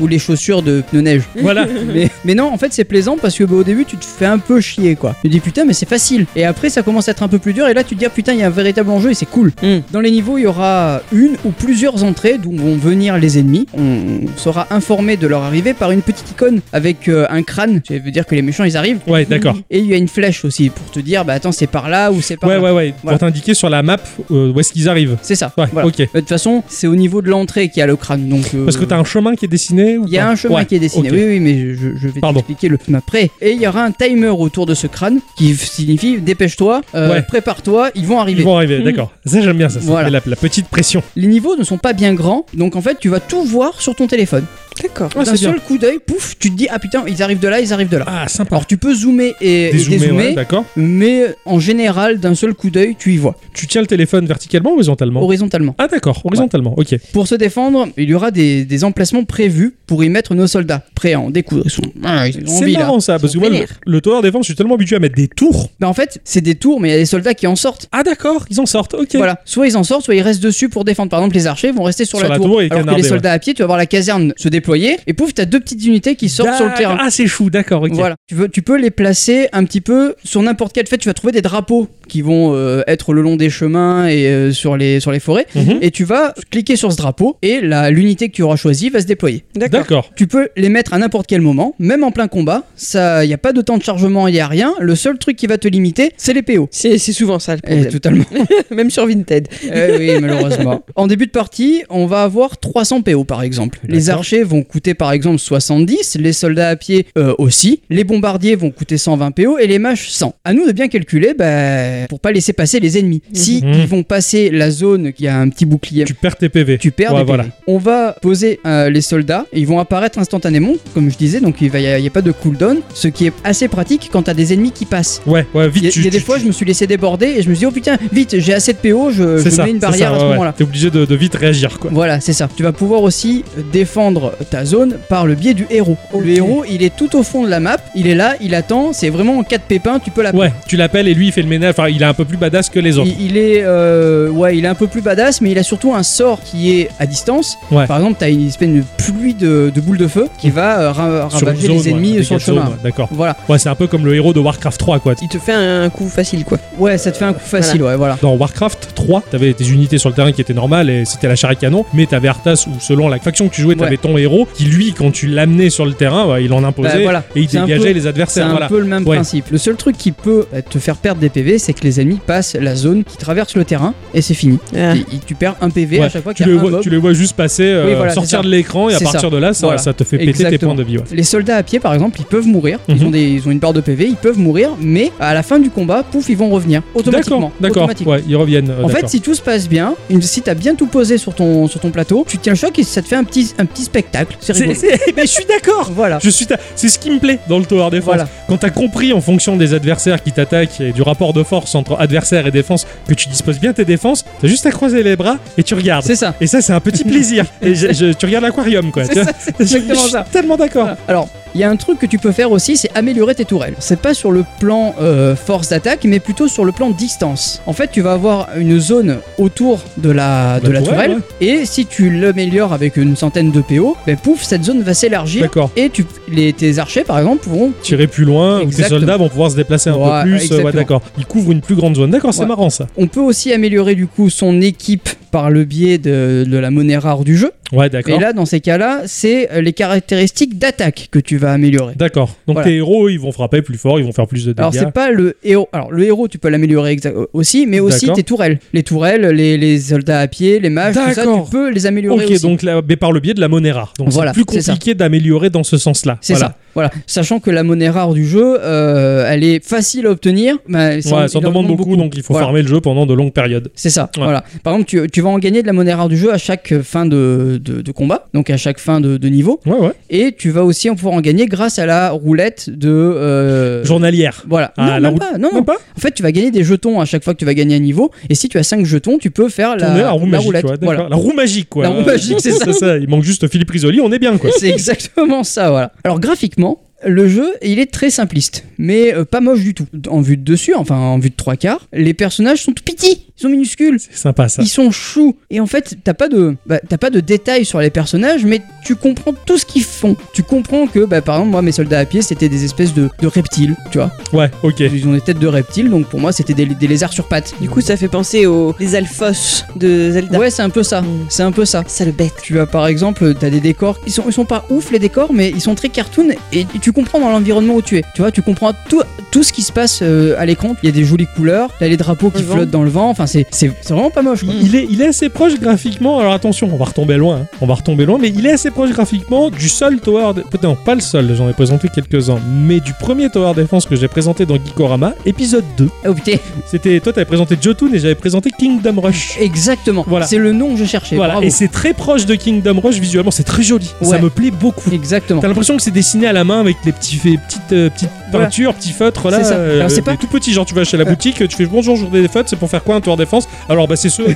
S3: Ou les chaussures de pneus neige.
S2: Voilà.
S3: Mais, mais non, en fait, c'est plaisant parce que bah, au début, tu te fais un peu chier, quoi. Tu te dis putain, mais c'est facile. Et après, ça commence à être un peu plus dur. Et là, tu te dis ah, putain, il y a un véritable enjeu et c'est cool.
S2: Hmm.
S1: Mm.
S3: Dans les niveaux, il y aura une ou plusieurs entrées d'où vont venir les ennemis. On sera informé de leur arrivée par une petite icône avec euh, un crâne. Ça veut dire que les méchants, ils arrivent.
S2: Ouais, d'accord.
S3: Et il y a une flèche aussi pour te dire bah attends, c'est par là ou c'est par
S2: Ouais,
S3: là.
S2: ouais, ouais. Pour
S3: [LAUGHS] Voilà.
S2: t'indiquer sur la map euh, où est-ce qu'ils arrivent.
S3: C'est ça.
S2: Ouais,
S3: Voilà. Bah,
S2: ok.
S3: De toute façon, c'est au niveau de l'entrée qu'il y a le crâne. Donc, euh,
S2: Parce que t'as un chemin qui est dessiné ou
S3: Il y a
S2: pas
S3: un chemin
S2: Ouais,
S3: qui est dessiné,
S2: ok.
S3: oui, oui, mais je, je- je vais
S2: Pardon.
S3: t'expliquer le après. Et il y aura un timer autour de ce crâne qui f- signifie dépêche-toi, euh,
S2: Ouais.
S3: prépare-toi, ils vont arriver. Mm.
S2: Ils vont arriver, d'accord. Ça, j'aime bien ça. ça
S3: Voilà.
S2: fait la, la petite pression.
S3: Les niveaux ne sont pas bien grands, donc en fait tu vas tout voir sur ton téléphone.
S1: D'accord.
S2: Ouais,
S3: D'un
S2: c'est Ah, bien.
S3: seul coup d'œil, pouf, tu te dis ah putain, ils arrivent de là, ils arrivent de là.
S2: Ah, sympa.
S3: Alors tu peux zoomer et et
S2: Dézoomer,
S3: dézoomer,
S2: ouais, d'accord.
S3: mais en général d'un seul coup d'œil tu y vois,
S2: Tu tiens le téléphone verticalement ou horizontalement
S3: horizontalement.
S2: Ah, d'accord, horizontalement, ok.
S3: Pour se défendre, il y aura des, des emplacements prévus pour y mettre nos soldats, prêts à en découdre. Ils sont, ah, ils ont
S2: C'est
S3: envie, là.
S2: marrant ça, parce que moi, le,
S1: vénères.
S2: le tower défense, je suis tellement habitué à mettre des tours.
S3: Bah, en fait, c'est des tours, mais il y a des soldats qui en sortent.
S2: Ah, d'accord, ils en sortent, ok.
S3: Voilà, soit ils en sortent, soit ils restent dessus pour défendre. Par exemple, les archers vont rester sur,
S2: Sur la
S3: tour.
S2: tour et
S3: alors que
S2: canarder,
S3: les soldats à pied, tu vas voir la caserne se déployer et pouf, t'as deux petites unités qui sortent
S2: D'accord.
S3: sur le terrain.
S2: Ah, c'est chou, d'accord, ok.
S3: Voilà, tu, veux, tu peux les placer un petit peu sur n'importe quel fait. Tu vas trouver des drapeaux qui vont euh, être le long des chemins et euh, sur, les, sur les forêts.
S2: Mhm.
S3: Et tu vas cliquer sur ce drapeau et la- l'unité que tu auras choisie va se déployer.
S1: D'accord.
S2: D'accord.
S3: Tu peux les mettre à n'importe quel moment, même en plein combat. Ça, y a pas de temps de chargement, y a rien. Le seul truc qui va te limiter, c'est les PO.
S1: C'est c'est souvent ça le
S2: Eh,
S3: Et
S1: problème.
S3: totalement.
S1: Même sur Vinted.
S3: Eh oui,
S2: [LAUGHS]
S3: malheureusement. En début de partie, on va avoir 300 PO par exemple. Les
S2: D'accord.
S3: archers vont coûter par exemple 70, les soldats à pied euh, aussi, les bombardiers vont coûter 120 PO et les mages 100. À nous de bien calculer bah, pour pas laisser passer les ennemis. Si
S2: Mhm.
S3: ils vont passer la zone qui a un petit bouclier
S2: Tu perds tes PV.
S3: tu perds
S2: Ouais,
S3: des
S2: voilà.
S3: PV. On va poser euh, les soldats, et ils vont apparaître instantanément, comme je disais, donc il n'y a, il y a pas de cooldown, ce qui est assez pratique quand t'as des ennemis qui passent.
S2: Ouais, ouais,
S3: Il
S2: vite.
S3: y a,
S2: tu-
S3: il y a des
S2: tu-
S3: fois, je me suis laissé déborder et je me suis dit, oh putain, vite, j'ai assez de PO, je, Euh, je
S2: C'est ça,
S3: mets une
S2: c'est ça,
S3: barrière à ce
S2: ouais, ouais.
S3: moment-là.
S2: T'es obligé de, de vite réagir, quoi.
S3: Voilà, c'est ça. Tu vas pouvoir aussi défendre ta zone par le biais du héros.
S1: Ok.
S3: Le héros, il est tout au fond de la map, il est là, il attend, c'est vraiment en cas de pépin, tu peux la
S2: Ouais, tu l'appelles et lui il fait le ménage. Enfin, il est un peu plus badass que les autres.
S3: Il, il est, euh, ouais, il est un peu plus badass, mais il a surtout un sort qui est à distance.
S2: Ouais.
S3: Par exemple, t'as une espèce de pluie de, de boules de feu qui va euh, ra-
S2: Sur une
S3: ravager
S2: zone,
S3: les ennemis
S2: ouais,
S3: sur le
S2: dégage zone,
S3: chemin.
S2: ouais, D'accord.
S3: Voilà,
S2: Ouais, c'est un peu comme le héros de Warcraft 3, quoi.
S1: Il te fait un coup facile, quoi.
S3: ouais, ça te fait un coup facile, ouais, voilà.
S2: Dans Warcraft 3, t'avais tes unités sur le terrain qui étaient normales et c'était la charrue canon, mais t'avais Arthas où selon la faction que tu jouais, t'avais
S3: Ouais.
S2: ton héros héros qui, lui, quand tu l'amenais sur le terrain, bah, il en imposait
S3: Bah, voilà.
S2: et il
S3: C'est un
S2: dégageait
S3: peu-
S2: les
S3: C'est
S2: adversaires.
S3: un
S2: Voilà.
S3: peu le même
S2: Ouais.
S3: principe. Le seul truc qui peut euh, te faire perdre des PV, c'est que les ennemis passent la zone qui traverse le terrain et c'est fini.
S1: Ah.
S3: Et- et tu perds un PV
S2: Ouais,
S3: à chaque fois
S2: tu,
S3: qu'il y
S2: les
S3: a un
S2: vois,
S3: mob.
S2: tu les vois juste passer, euh,
S3: Oui, voilà, c'est
S2: sortir
S3: ça.
S2: de l'écran et à
S3: C'est
S2: partir de là, ça,
S3: Voilà.
S2: ça te fait péter tes
S3: Exactement.
S2: points de vie. ouais.
S3: Les soldats à pied, par exemple, ils peuvent mourir. Ils,
S2: Mhm.
S3: ont des, ils ont une barre de PV, ils peuvent mourir, mais à la fin du combat, pouf, ils vont revenir
S2: D'accord,
S3: automatiquement.
S2: d'accord.
S3: Automatiquement.
S2: Ouais, ils reviennent. euh,
S3: En fait,
S2: d'accord.
S3: si tout se passe bien, une- si t'as bien tout posé sur ton, sur ton plateau, tu tiens le choc et ça te fait un petit, un petit spectacle. C'est rigolo.
S2: C'est- c'est- mais je suis d'accord.
S3: Voilà.
S2: Je suis ta- C'est ce qui me plaît dans le Tower Defense.
S3: Voilà.
S2: Quand t'as compris en fonction des adversaires qui t'attaquent et du rapport de force entre adversaire et défense que tu disposes bien tes défenses, t'as juste à croiser les bras et tu regardes.
S3: C'est ça.
S2: Et ça, c'est un
S3: [LAUGHS]
S2: petit plaisir. Et je- je- tu regardes l'aquarium, quoi.
S3: C'est
S2: tu vois.
S3: ça, c'est exactement
S2: [LAUGHS] je suis
S3: ça.
S2: tellement d'accord.
S3: Voilà. Alors, il y a un truc que tu peux faire aussi, c'est améliorer tes tourelles. C'est pas sur le plan euh, force d'attaque, mais plutôt sur le plan distance. En fait, tu vas avoir une zone autour de la, de
S2: La
S3: la
S2: tourelle,
S3: tourelle, et si tu l'améliores avec une centaine de PO, ben pouf, cette zone va s'élargir.
S2: D'accord.
S3: Et tu, les, tes archers, par exemple, pourront
S2: Tirer plus loin, ou tes
S3: Exactement.
S2: soldats vont pouvoir se déplacer un
S3: Ouais,
S2: peu plus. euh, Ouais,
S3: exactement.
S2: d'accord. Ils couvrent une plus grande zone. D'accord, c'est
S3: Ouais.
S2: marrant ça.
S3: On peut aussi améliorer du coup son équipe par le biais de, de la monnaie rare du jeu.
S2: Ouais,
S3: Et
S2: d'accord.
S3: là, dans ces cas-là, c'est euh, les caractéristiques d'attaque que tu vas améliorer.
S2: D'accord. Donc
S3: Voilà.
S2: tes héros, ils vont frapper plus fort, ils vont faire plus de
S3: Alors
S2: dégâts.
S3: c'est pas le héros. Alors le héros tu peux l'améliorer exa- euh, aussi, mais aussi
S2: D'accord.
S3: tes tourelles, les tourelles, les, les soldats à pied, les mages, tout ça
S2: D'accord.
S3: tu peux les améliorer
S2: Ok,
S3: aussi.
S2: donc là, mais par le biais de la monnaie rare. Donc
S3: Voilà,
S2: c'est plus
S3: c'est ça.
S2: compliqué d'améliorer dans ce sens-là.
S3: C'est
S2: Voilà.
S3: ça. Voilà. Sachant que la monnaie rare du jeu, euh, elle est facile à obtenir. Mais ça en-
S2: Ouais, ça en
S3: il en
S2: demande beaucoup, donc il faut
S3: Voilà.
S2: farmer le jeu pendant de longues périodes.
S3: C'est ça,
S2: Ouais.
S3: voilà. Par exemple, tu, tu vas en gagner de la monnaie rare du jeu à chaque euh, fin de, de- de combat, donc à chaque fin de, de niveau.
S2: Ouais, ouais.
S3: Et tu vas aussi en pouvoir en gagner grâce à la roulette de. euh,
S2: Journalière.
S3: Voilà.
S2: Ah, la
S3: non, même
S2: roulette-
S3: pas. Non, non.
S2: Non, pas
S3: En fait, tu vas gagner des jetons à chaque fois que tu vas gagner un niveau. Et si tu as 5 jetons, tu peux faire
S2: Tourner
S3: la,
S2: la, roue
S3: la
S2: magique,
S3: roulette.
S2: quoi, d'accord.
S3: voilà.
S2: La roue magique, quoi.
S3: La roue
S2: Euh,
S3: magique, c'est ça.
S2: Il manque juste Philippe Risoli, on est bien, quoi.
S3: [LAUGHS] C'est exactement ça, voilà. Alors graphiquement, le jeu, il est très simpliste, mais euh, pas moche du tout. En vue de dessus, enfin en vue de trois quarts, les personnages sont tout petits, ils sont minuscules.
S2: C'est sympa, ça.
S3: Ils sont choux et en fait t'as pas de bah, t'as pas de détails sur les personnages mais tu comprends tout ce qu'ils font. Tu comprends que bah, par exemple moi mes soldats à pied c'était des espèces de, de reptiles tu vois.
S2: Ouais, ok.
S3: Ils ont des têtes de reptiles donc pour moi c'était des, des lézards sur pattes.
S1: Du coup, ça fait penser aux les alphos de Zelda.
S3: Ouais c'est un peu ça
S1: Mm.
S3: c'est un peu ça.
S1: Ça le bête.
S3: Tu as par exemple, t'as des décors, ils sont, ils sont pas ouf les décors, mais ils sont très cartoon et tu comprends dans l'environnement où tu es. Tu vois, tu comprends tout, tout ce qui se passe euh, à l'écran. Il y a des jolies couleurs, t'as les drapeaux qui
S1: Le vent.
S3: flottent dans le vent, enfin c'est c'est- c'est vraiment pas moche quoi.
S2: Il est, il est assez proche graphiquement. Alors attention, on va retomber loin. hein. On va retomber loin, mais il est assez proche graphiquement du seul Tower. De... Non, pas le seul. J'en ai présenté quelques-uns, mais du premier Tower Defense que j'ai présenté dans Geekorama, épisode 2.
S3: Oh putain,
S2: C'était toi, t'avais présenté Jotun et j'avais présenté Kingdom Rush.
S3: exactement,
S2: Voilà.
S3: c'est le nom que je cherchais.
S2: voilà,
S3: Eh, bravo.
S2: et c'est très proche de Kingdom Rush visuellement. C'est très joli. Ça
S3: Ouais.
S2: me plaît beaucoup. [LAUGHS]
S3: Exactement.
S2: T'as l'impression que c'est dessiné à la main avec les petits faits- petites, euh, petites
S3: Voilà.
S2: peintures, petits feutres là.
S3: C'est ça.
S2: euh,
S3: Alors, c'est
S2: des
S3: pas- Euh.
S2: tout petit, genre tu vas chez la boutique, tu fais bonjour, jour des feutres, c'est pour faire quoi un tour défense Alors bah c'est ceux de,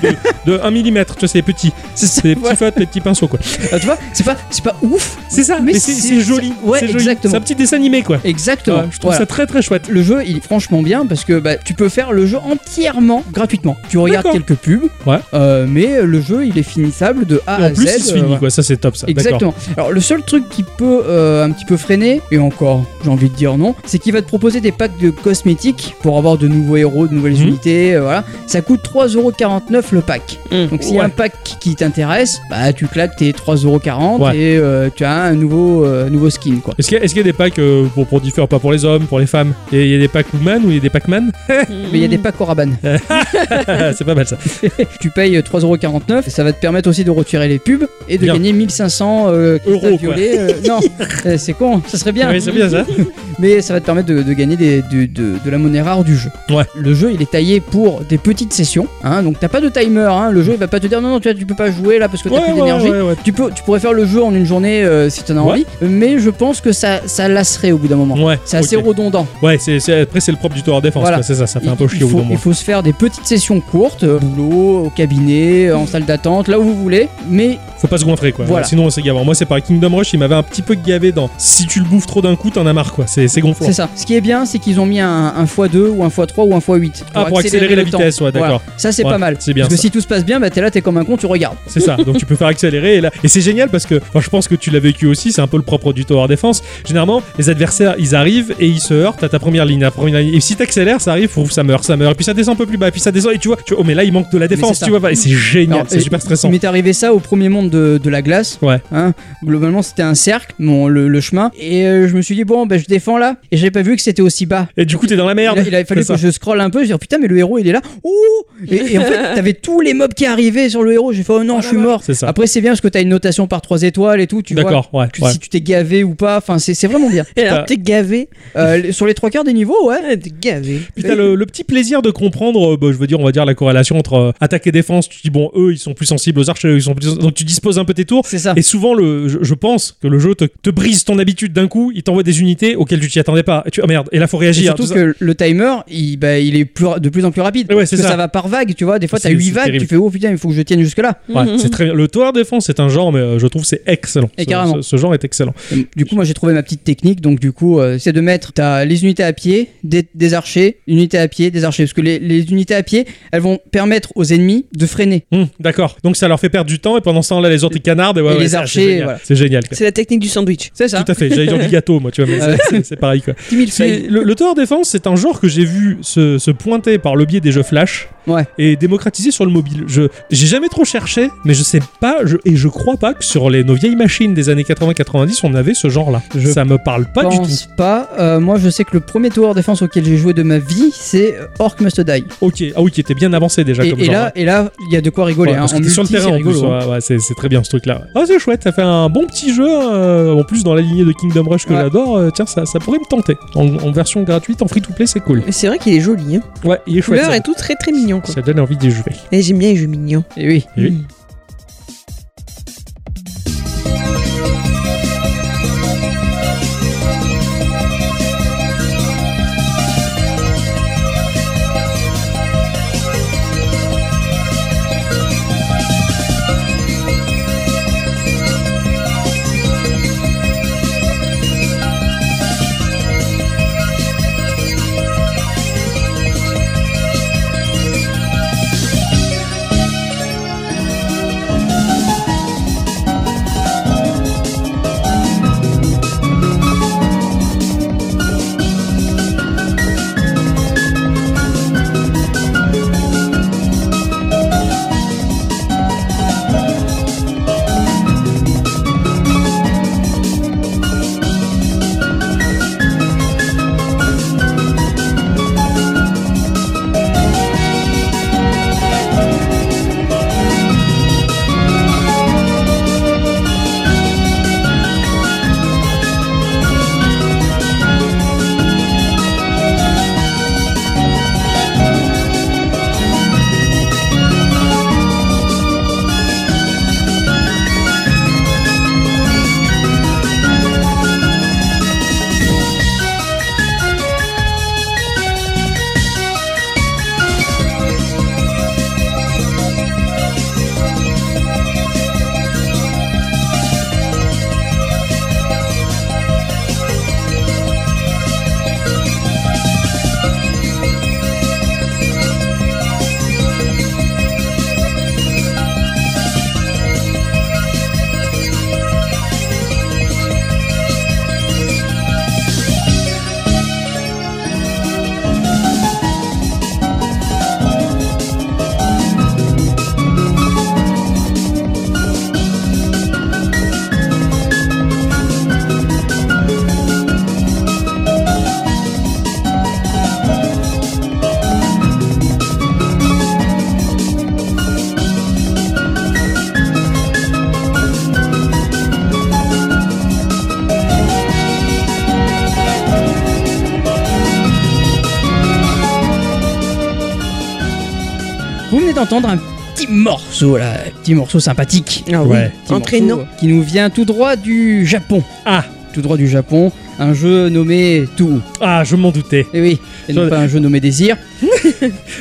S2: de 1 mm, tu vois, c'est petit.
S3: C'est ça,
S2: C'est
S3: [LAUGHS]
S2: les petits
S3: voilà.
S2: feutres, les petits pinceaux quoi.
S3: Ah, tu vois, c'est pas, c'est pas ouf.
S2: C'est ça, mais,
S3: Mais
S2: c'est
S3: c'est-
S2: c'est joli.
S3: c'est- ouais,
S2: c'est joli.
S3: exactement.
S2: C'est un petit dessin animé quoi.
S3: Exactement.
S2: Ouais, je trouve
S3: Voilà.
S2: ça très très chouette.
S3: Le jeu, il est franchement bien parce que bah, tu peux faire le jeu entièrement gratuitement. Tu regardes
S2: D'accord.
S3: quelques pubs,
S2: Ouais.
S3: euh, mais le jeu, il est finissable de A
S2: Et en
S3: à
S2: plus,
S3: Z.
S2: il se
S3: euh,
S2: finit
S3: voilà.
S2: quoi, ça c'est top ça. D'accord.
S3: Exactement. Alors le seul truc qui peut euh, un petit peu freiner, et encore j'ai envie de dire non, c'est qu'il va te proposer des packs de cosmétiques pour avoir de nouveaux héros, de nouvelles
S2: Mhm.
S3: unités, euh, voilà. Ça coûte 3,49€ le pack.
S1: [LAUGHS]
S3: Donc s'il y
S2: Ouais.
S3: a un pack qui t'intéresse, bah tu claques tes 3,40€
S2: Ouais.
S3: et euh, tu as un nouveau, euh, nouveau skin quoi.
S2: Est-ce qu'il y, a- est-ce qu'il y a des packs euh, pour, pour différents, pas pour les hommes, pour les femmes Il y a- il y, a des packs Woman ou il y a des packs
S3: [LAUGHS]
S2: Man [LAUGHS]
S3: Mais il y a des
S2: Mhm.
S3: packs au rabanne.
S2: C'est pas mal ça.
S3: tu payes 3,49€ et ça va te permettre aussi de retirer les pubs et de
S2: Bien.
S3: gagner 1500 euh,
S2: Euros, quoi.
S3: cristal
S2: [LAUGHS]
S3: violet, euh, non, euh, c'est con, ça serait bien.
S2: Oui, c'est bien ça.
S3: mais ça va te permettre de, de gagner des- de, de- de la monnaie rare du jeu.
S2: Ouais.
S3: Le jeu il est taillé pour des petites sessions, hein, donc t'as pas de timer, hein, le jeu il va pas te dire non non tu, tu peux pas jouer là parce que t'as
S2: Ouais,
S3: plus
S2: ouais,
S3: d'énergie.
S2: ouais, ouais.
S3: Tu, peux, tu pourrais faire le jeu en une journée euh, si t'en as
S2: Ouais.
S3: envie, mais je pense que ça, ça lasserait au bout d'un moment.
S2: Ouais,
S3: C'est assez
S2: ok.
S3: redondant.
S2: Ouais, c'est c'est- après c'est le propre du tour défense,
S3: Voilà.
S2: quoi, c'est ça, ça fait un
S3: Il-
S2: peu chier
S3: il
S2: au bout
S3: faut,
S2: d'un
S3: il
S2: moment.
S3: faut se faire des petites sessions courtes, euh, boulot, au cabinet, en salle d'attente, là où vous voulez, mais
S2: Faut pas se goinfrer quoi.
S3: Voilà.
S2: Sinon c'est gavant. Moi c'est par Kingdom Rush, il m'avait un petit peu gavé dans. Si tu le bouffes trop d'un coup, t'en as marre quoi, c'est c'est gonflant.
S3: C'est ça. Ce qui est bien, c'est qu'ils ont mis un, un x2 ou un x3 ou un x8.
S2: Ah, pour accélérer la vitesse, ouais, d'accord.
S3: Ça, c'est
S2: Ouais,
S3: pas mal.
S2: c'est bien
S3: Parce que
S2: ça.
S3: si tout se passe bien, bah t'es là, t'es comme un con, tu regardes.
S2: C'est ça, donc tu peux faire accélérer et là. Et c'est génial parce que enfin, je pense que tu l'as vécu aussi, c'est un peu le propre du Tower Defense. Généralement, les adversaires ils arrivent et ils se heurtent à ta première ligne. à ta première ligne. Et si t'accélères, ça arrive, ouf, ça meurt, ça meurt. Et puis ça descend un peu plus bas, et puis ça descend et tu vois, tu vois, oh mais là il manque de la défense,
S3: c'est
S2: tu
S3: ça.
S2: vois pas. Et c'est génial,
S3: Alors,
S2: c'est
S3: et-
S2: super stressant.
S3: Il m'est arrivé ça au premier monde de, de la glace.
S2: Ouais.
S3: Hein. Globalement, c'était un cercle, mon, le, le chemin. Et euh, je me suis dit, bon, bah, je défends là. Et j'avais pas vu que c'était aussi bas.
S2: Et du coup t'es dans la
S3: Il,
S2: merde.
S3: a- il avait fallu
S2: C'est
S3: que
S2: ça.
S3: je scrolle un peu. J'ai dit, putain, mais le héros, il est là. Ouh et, et en
S2: [LAUGHS]
S3: fait, t'avais tous les mobs qui arrivaient sur le héros. J'ai fait, oh non, je suis mort.
S2: Ah C'est ça.
S3: Après, c'est bien parce que t'as une notation par 3 étoiles et tout. Tu vois.
S2: D'accord, ouais.
S3: Tu-
S2: ouais.
S3: Si tu t'es gavé ou pas, enfin c'est c'est vraiment bien.
S1: Et
S2: T'as-
S1: alors, t'es gavé.
S3: Euh, sur les trois quarts des niveaux, ouais.
S1: Ah, T'es gavé.
S2: Puis t'as le, le petit plaisir de comprendre, euh, bah, je veux dire, on va dire la corrélation entre euh, attaque et défense. Tu dis bon, eux ils sont plus sensibles aux archers, eux, ils sont plus donc tu disposes un peu tes tours.
S3: C'est ça.
S2: Et souvent, le, je, je pense que le jeu te, te brise ton habitude d'un coup, il t'envoie des unités auxquelles tu t'y attendais pas. Et tu, ah merde, et là faut
S3: Et
S2: réagir.
S3: surtout
S2: tout ça.
S3: que le timer, il, bah, il est plus, de plus en plus rapide.
S2: Ouais,
S3: parce
S2: c'est
S3: que
S2: ça.
S3: ça. va par vague, tu vois. Des fois, t'as
S2: C'est-
S3: 8
S2: c'est
S3: vagues,
S2: terrible.
S3: tu fais oh putain, il faut que je tienne jusque là.
S2: Ouais, c'est très bien. Le tower défense, c'est un genre, mais euh, je trouve c'est excellent.
S3: Mm-hmm. Et
S2: Ce-
S3: carrément.
S2: Ce, ce genre est excellent.
S3: Et Du coup, moi j'ai trouvé ma petite technique. Donc, du coup, euh, c'est de mettre t'as les unités à pied, des, des archers, unités à pied, des archers. Parce que les, les unités à pied, elles vont permettre aux ennemis de freiner.
S2: Hum, D'accord. Donc ça leur fait perdre du temps et pendant ce temps-là, les autres ils canardent. Et, ouais,
S3: Et
S2: ouais,
S3: les
S2: ça,
S3: archers,
S2: c'est génial.
S3: voilà.
S2: C'est génial. quoi.
S1: C'est la technique du sandwich.
S3: C'est ça.
S2: Tout à fait. J'allais dire du gâteau, moi, tu vois, mais
S3: Ouais.
S2: c'est- c'est- c'est pareil quoi.
S3: 10 000
S2: C'est- le, le tower défense, c'est un genre que j'ai vu se, se pointer par le biais des jeux Flash
S3: Ouais.
S2: et démocratiser sur le mobile. Je j'ai jamais trop cherché, mais je sais pas je- et je crois pas que sur les nos vieilles machines des années 80-90, on avait ce genre-là.
S3: Je
S2: Ça me parle pas
S3: Pas
S2: du tout.
S3: pense pas. Euh, moi, je sais que le premier tower défense auquel j'ai joué de ma vie, c'est euh, Orc Must Die.
S2: Ok, ah oui, qui était bien avancé déjà
S3: Et,
S2: comme
S3: et
S2: genre. hein.
S3: là, et là, il y a de quoi rigoler.
S2: Ouais,
S3: hein.
S2: parce que
S3: En
S2: t'es sur le
S3: multi,
S2: terrain
S3: c'est
S2: en plus,
S3: rigolo, hein.
S2: ouais, ouais, c'est c'est très bien ce truc là. Ah c'est chouette, ça fait un bon petit jeu euh, en plus dans la lignée de Kingdom Rush que
S3: Ouais.
S2: j'adore. euh, tiens, ça, ça pourrait me tenter. En, en version gratuite, en free to play, c'est cool.
S1: Mais c'est vrai qu'il est joli. Hein.
S2: Ouais, il est chouette.
S1: Couleur
S2: Ça,
S1: et tout, très très mignon. Quoi.
S2: ça donne envie d'y jouer.
S1: Et j'aime bien les jeux mignons.
S3: hein. Et oui.
S2: Et oui.
S1: Mm.
S3: Vous venez d'entendre un petit morceau là, un petit morceau sympathique.
S1: Ah oui.
S2: Ouais.
S3: Petit
S1: Entraînant.
S3: morceau, euh, qui nous vient tout droit du Japon.
S2: Ah,
S3: tout droit du Japon, un jeu nommé Tout.
S2: Ah, je m'en doutais.
S3: Et oui, et non
S2: Sur-
S3: pas un jeu nommé Désir.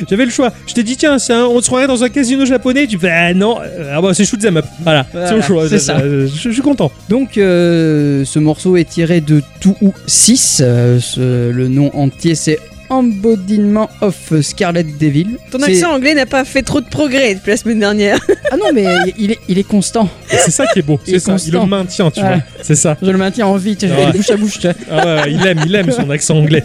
S2: J'avais le choix. Je t'ai dit, tiens, c'est un- on se croirait dans un casino japonais. Tu fais, ah non, euh, ah bah c'est shoot 'em up. Voilà, c'est le
S3: Voilà,
S2: choix.
S3: c'est ça.
S2: Je, je suis content.
S3: Donc euh, ce morceau est tiré de Tout 6. euh, ce- le nom entier c'est Embodiment of Scarlet Devil.
S1: Ton
S3: C'est-
S1: accent anglais n'a pas fait trop de progrès depuis la semaine dernière. [LAUGHS]
S3: Ah non mais il est, il est constant.
S2: Et C'est ça qui est beau.
S3: Il est
S2: C'est ça. Il le
S3: constant.
S2: maintient, tu
S3: Ouais.
S2: vois. C'est ça.
S3: Je le maintiens en vie, tiens, je vais
S2: Ouais.
S3: aller bouche à bouche. tiens.
S2: Ah ouais, ouais, il aime, il aime son accent anglais.